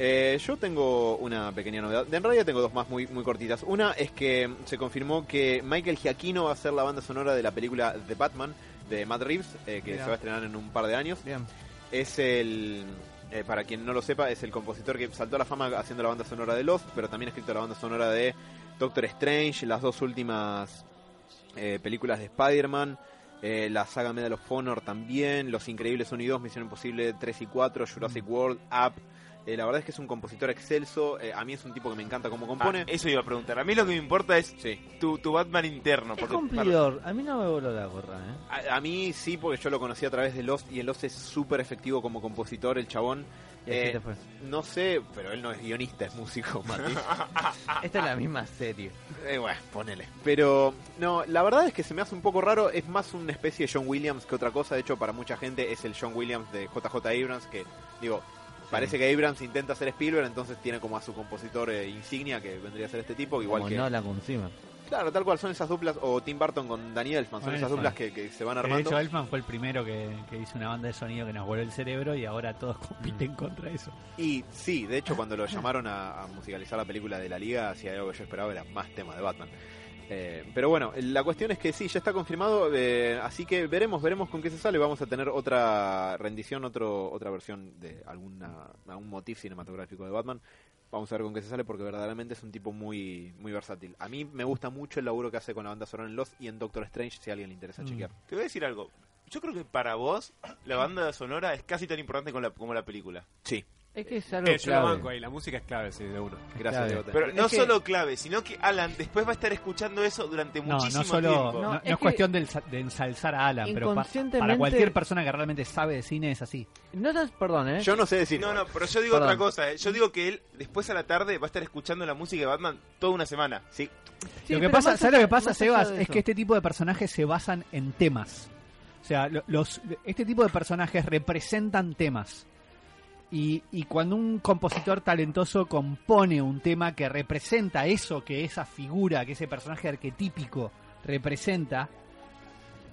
B: Eh, yo tengo una pequeña novedad. En realidad tengo dos más muy, muy cortitas. Una es que se confirmó que Michael Giacchino va a ser la banda sonora de la película The Batman de Matt Reeves, eh, que
C: Mira.
B: se va a estrenar en un par de años.
C: Bien.
B: es el eh, para quien no lo sepa es el compositor que saltó a la fama haciendo la banda sonora de Lost pero también ha escrito la banda sonora de Doctor Strange las dos últimas eh, películas de Spider-Man eh, la saga Medal of Honor también Los Increíbles 1 y 2 Misión Imposible 3 y 4 Jurassic
C: Mm.
B: World Up Eh, la verdad es que es un compositor excelso eh, a mí es un tipo que me encanta cómo compone
D: Ah,
C: eh.
D: eso iba a preguntar. A mí lo que me importa es
B: sí
D: tu, tu Batman interno.
C: Es
D: Porque,
C: cumplidor. A mí no me voló la gorra, ¿eh?
B: A, a mí sí, porque yo lo conocí a través de Lost y el Lost es súper efectivo como compositor, el chabón.
C: Y así
B: Eh,
C: te fue.
B: No sé, pero él no es guionista, es músico, Mati.
C: Esta es la misma serie.
B: Eh, bueno, ponele. Pero no, la verdad es que se me hace un poco raro, es más una especie de John Williams que otra cosa, de hecho para mucha gente es el John Williams de JJ Abrams, que digo, Parece que Abrams intenta hacer Spielberg, entonces tiene como a su compositor eh, insignia, que vendría a ser este tipo, igual
C: Como
B: que...
C: no la consuman.
B: Claro, tal cual, son esas duplas, o Tim Burton con Daniel Elfman, son
F: Con
B: esas
F: Elfman.
B: duplas que, que se van
F: De
B: armando.
F: hecho, Elfman fue el primero que, que hizo una banda de sonido que nos voló el cerebro y ahora todos compiten contra eso.
B: Y sí, de hecho, cuando lo llamaron a, a musicalizar la película de la Liga, si hay algo que yo esperaba, era más temas de Batman. Eh, pero bueno, la cuestión es que sí, ya está confirmado, eh, así que veremos, veremos con qué se sale. Vamos a tener otra rendición, otro, otra versión de alguna, algún motif cinematográfico de Batman. Vamos a ver con qué se sale porque verdaderamente es un tipo muy, muy versátil. A mí me gusta mucho el laburo que hace con la banda sonora en Lost y en Doctor Strange, si a alguien le
D: Mm.
B: interesa chequear.
D: Te voy a decir algo. Yo creo que para vos la banda sonora es casi tan importante como la, como la película.
B: Sí,
C: Es que es algo
E: Eh, yo lo
C: clave.
E: banco ahí, la música es clave, sí, de uno.
B: gracias,
C: Clave.
B: Diego. Te-
D: Pero
C: Es
D: no
C: que-
D: solo clave, sino que Alan después va a estar escuchando eso durante
F: No,
D: muchísimo
F: no solo.
D: tiempo.
F: No,
C: No,
F: no
C: es
F: es
C: que-
F: cuestión de, ensa- de ensalzar a Alan, pero pa- para
C: Inconscientemente-
F: cualquier persona que realmente sabe de cine es así.
C: No, no, perdón, ¿eh?
B: Yo no sé decir.
D: No, no, pero yo digo
C: Perdón.
D: otra cosa. eh. Yo digo que él después a la tarde va a estar escuchando la música de Batman toda una semana.
B: Sí,
C: Sí,
F: lo que
C: pero
F: pasa,
C: más
F: ¿sabes lo
C: allá-
F: que pasa,
C: más allá
F: Sebas?
C: de
F: Es que
C: eso.
F: este tipo de personajes se basan en temas. O sea, lo- los, este tipo de personajes representan temas. Y, y cuando un compositor talentoso compone un tema que representa eso, que esa figura, que ese personaje arquetípico representa,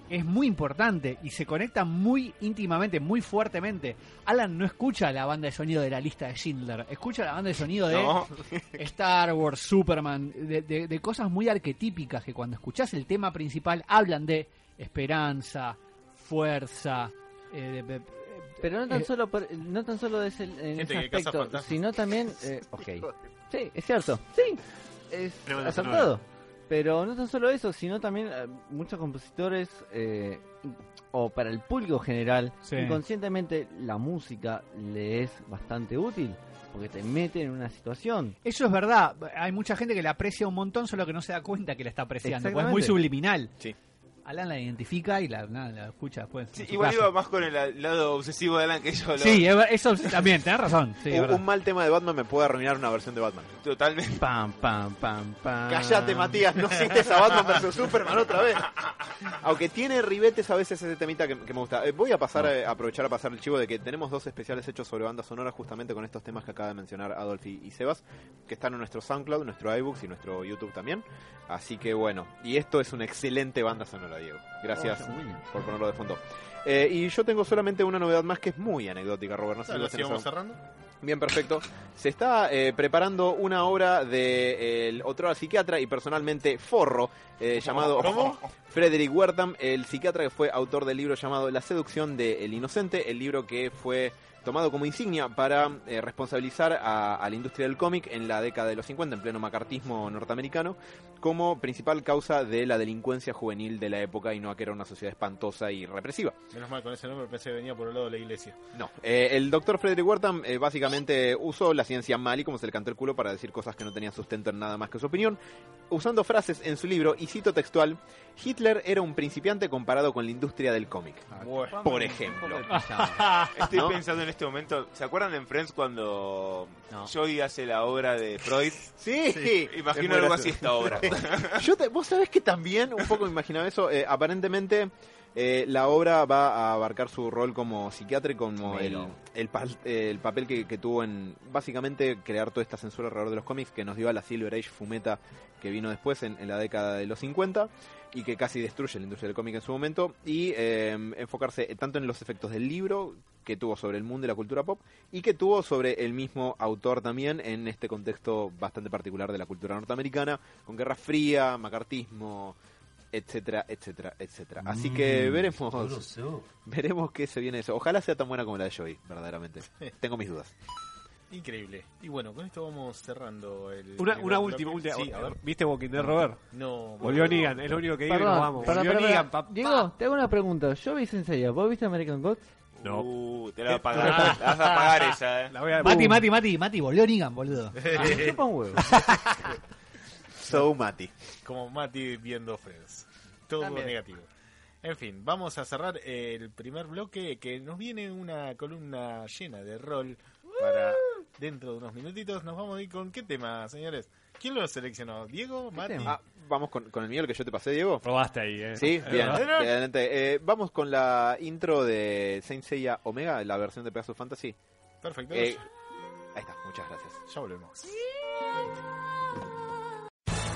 F: es muy importante y se conecta muy íntimamente, muy fuertemente. Alan no escucha la banda de sonido de la lista de Schindler, escucha la banda de sonido de
D: No.
F: Star Wars, Superman, de, de- de cosas muy arquetípicas que cuando escuchás el tema principal hablan de esperanza, fuerza. eh, de- de-
C: Pero no tan
F: eh,
C: solo, por- no tan solo de ese, en
A: Gente
C: ese
A: que caza
C: aspecto,
A: fantasmas.
C: sino también... eh, ok. Sí, es cierto. Sí, es
A: Pero bueno,
C: acertado. Pero no tan solo eso, sino también eh, muchos compositores, eh, o para el público general,
F: Sí.
C: inconscientemente la música le es bastante útil, porque te mete en una situación.
F: Eso es verdad. Hay mucha gente que la aprecia un montón, solo que no se da cuenta que la está apreciando. Pues es muy
C: Exactamente.
F: subliminal.
B: Sí.
F: Alan la identifica y la, nada, la escucha después. en
D: Sí,
F: su
D: igual
F: casa.
D: iba más con el, el lado obsesivo de Alan que yo. lo-
F: Sí, es ver- eso también, tenés razón. Sí, es
B: un,
F: verdad.
B: un mal tema de Batman me puede arruinar una versión de Batman.
D: Totalmente.
C: Pam, pam, pam, pam.
B: Cállate, Matías, no cites a Batman vs Superman otra vez. Aunque tiene ribetes a veces ese temita que, que me gusta. Eh, voy a pasar eh, a aprovechar a pasar el chivo de que tenemos dos especiales hechos sobre bandas sonoras justamente con estos temas que acaba de mencionar Adolf y, y Sebas, que están en nuestro SoundCloud, nuestro iBooks y nuestro YouTube también. Así que bueno, y esto es una excelente banda sonora, Diego. Gracias
C: Oh, William.
B: por ponerlo de fondo. Eh, y yo tengo solamente una novedad más que es muy anecdótica, Robert. No sé si
A: Lo
B: vos tenés
A: sigamos
B: algo.
A: cerrando.
B: Bien, perfecto. Se está eh, preparando una obra de el otro psiquiatra y personalmente forro eh, llamado
A: ¿Cómo?
B: Frederick Wertham, el psiquiatra que fue autor del libro llamado La seducción del inocente, el libro que fue tomado como insignia para eh, responsabilizar a, a la industria del cómic en la década de los 50, en pleno macartismo norteamericano, como principal causa de la delincuencia juvenil de la época y no a que era una sociedad espantosa y represiva.
A: Menos mal con ese nombre pensé que venía por el lado de la iglesia.
B: No, eh, el doctor Frederick Wertham eh, básicamente usó la ciencia mal y como se le cantó el culo para decir cosas que no tenían sustento en nada más que su opinión, usando frases en su libro, y cito textual, Hitler era un principiante comparado con la industria del cómic.
A: Bueno.
B: Por ejemplo.
D: Estoy
B: ¿No?
D: pensando en este momento. ¿Se acuerdan en Friends cuando
C: No.
D: Joey hace la obra de Freud?
B: Sí, es
D: Imagino
B: muy
D: algo
B: gracioso.
D: así esta obra.
B: Yo te- Vos sabés que también, un poco me imaginaba eso, eh, aparentemente eh, la obra va a abarcar su rol como psiquiatra y como el,
C: Melo.
B: el pal- eh, el papel que, que tuvo en básicamente crear toda esta censura alrededor de los cómics que nos dio a la Silver Age fumeta que vino después en, en la década de los 50 y que casi destruye la industria del cómic en su momento y eh, enfocarse tanto en los efectos del libro que tuvo sobre el mundo y la cultura pop y que tuvo sobre el mismo autor también en este contexto bastante particular de la cultura norteamericana con Guerra Fría, macartismo, etcétera, etcétera, etcétera. Así que veremos veremos qué se viene de eso. Ojalá sea tan buena como la de Joey, verdaderamente. Tengo mis dudas.
A: Increíble. Y bueno, con esto vamos cerrando el.
E: Una,
A: el
E: una
A: bloque.
E: última, última.
A: Sí, a ver.
E: ¿Viste Walking Dead, Robert?
A: No.
E: Volvió Negan, es lo único que digo y nos
C: Perdón,
E: vamos.
C: pará,
E: Volvió
C: pará, pará.
E: Negan, papá.
C: Diego, te hago una pregunta. Yo vi Sensei, ¿vos viste American Gods?
E: No.
D: Uh, te la vas a pagar. La vas a pagar esa, eh.
E: La voy a...
F: Mati, Mati, Mati, Mati, volvió Negan, boludo.
C: Ah, me chupa un huevo.
B: So Mati.
A: Como Mati viendo Friends. Todo
C: También.
A: negativo. En fin, vamos a cerrar el primer bloque que nos viene una columna llena de rol para dentro de unos minutitos. Nos vamos a ir con qué tema, señores. ¿Quién lo seleccionó? ¿Diego? ¿Mati?
C: tema?
B: Ah, vamos con, con el mío, el que yo te pasé, Diego.
E: Robaste ahí, eh.
B: Sí, bien.
E: verdad.
B: bien, adelante. Eh, vamos con la intro de Saint Seiya Omega, la versión de Pegasus Fantasy.
A: Perfecto.
D: Eh, ahí está, muchas gracias.
A: ya volvemos.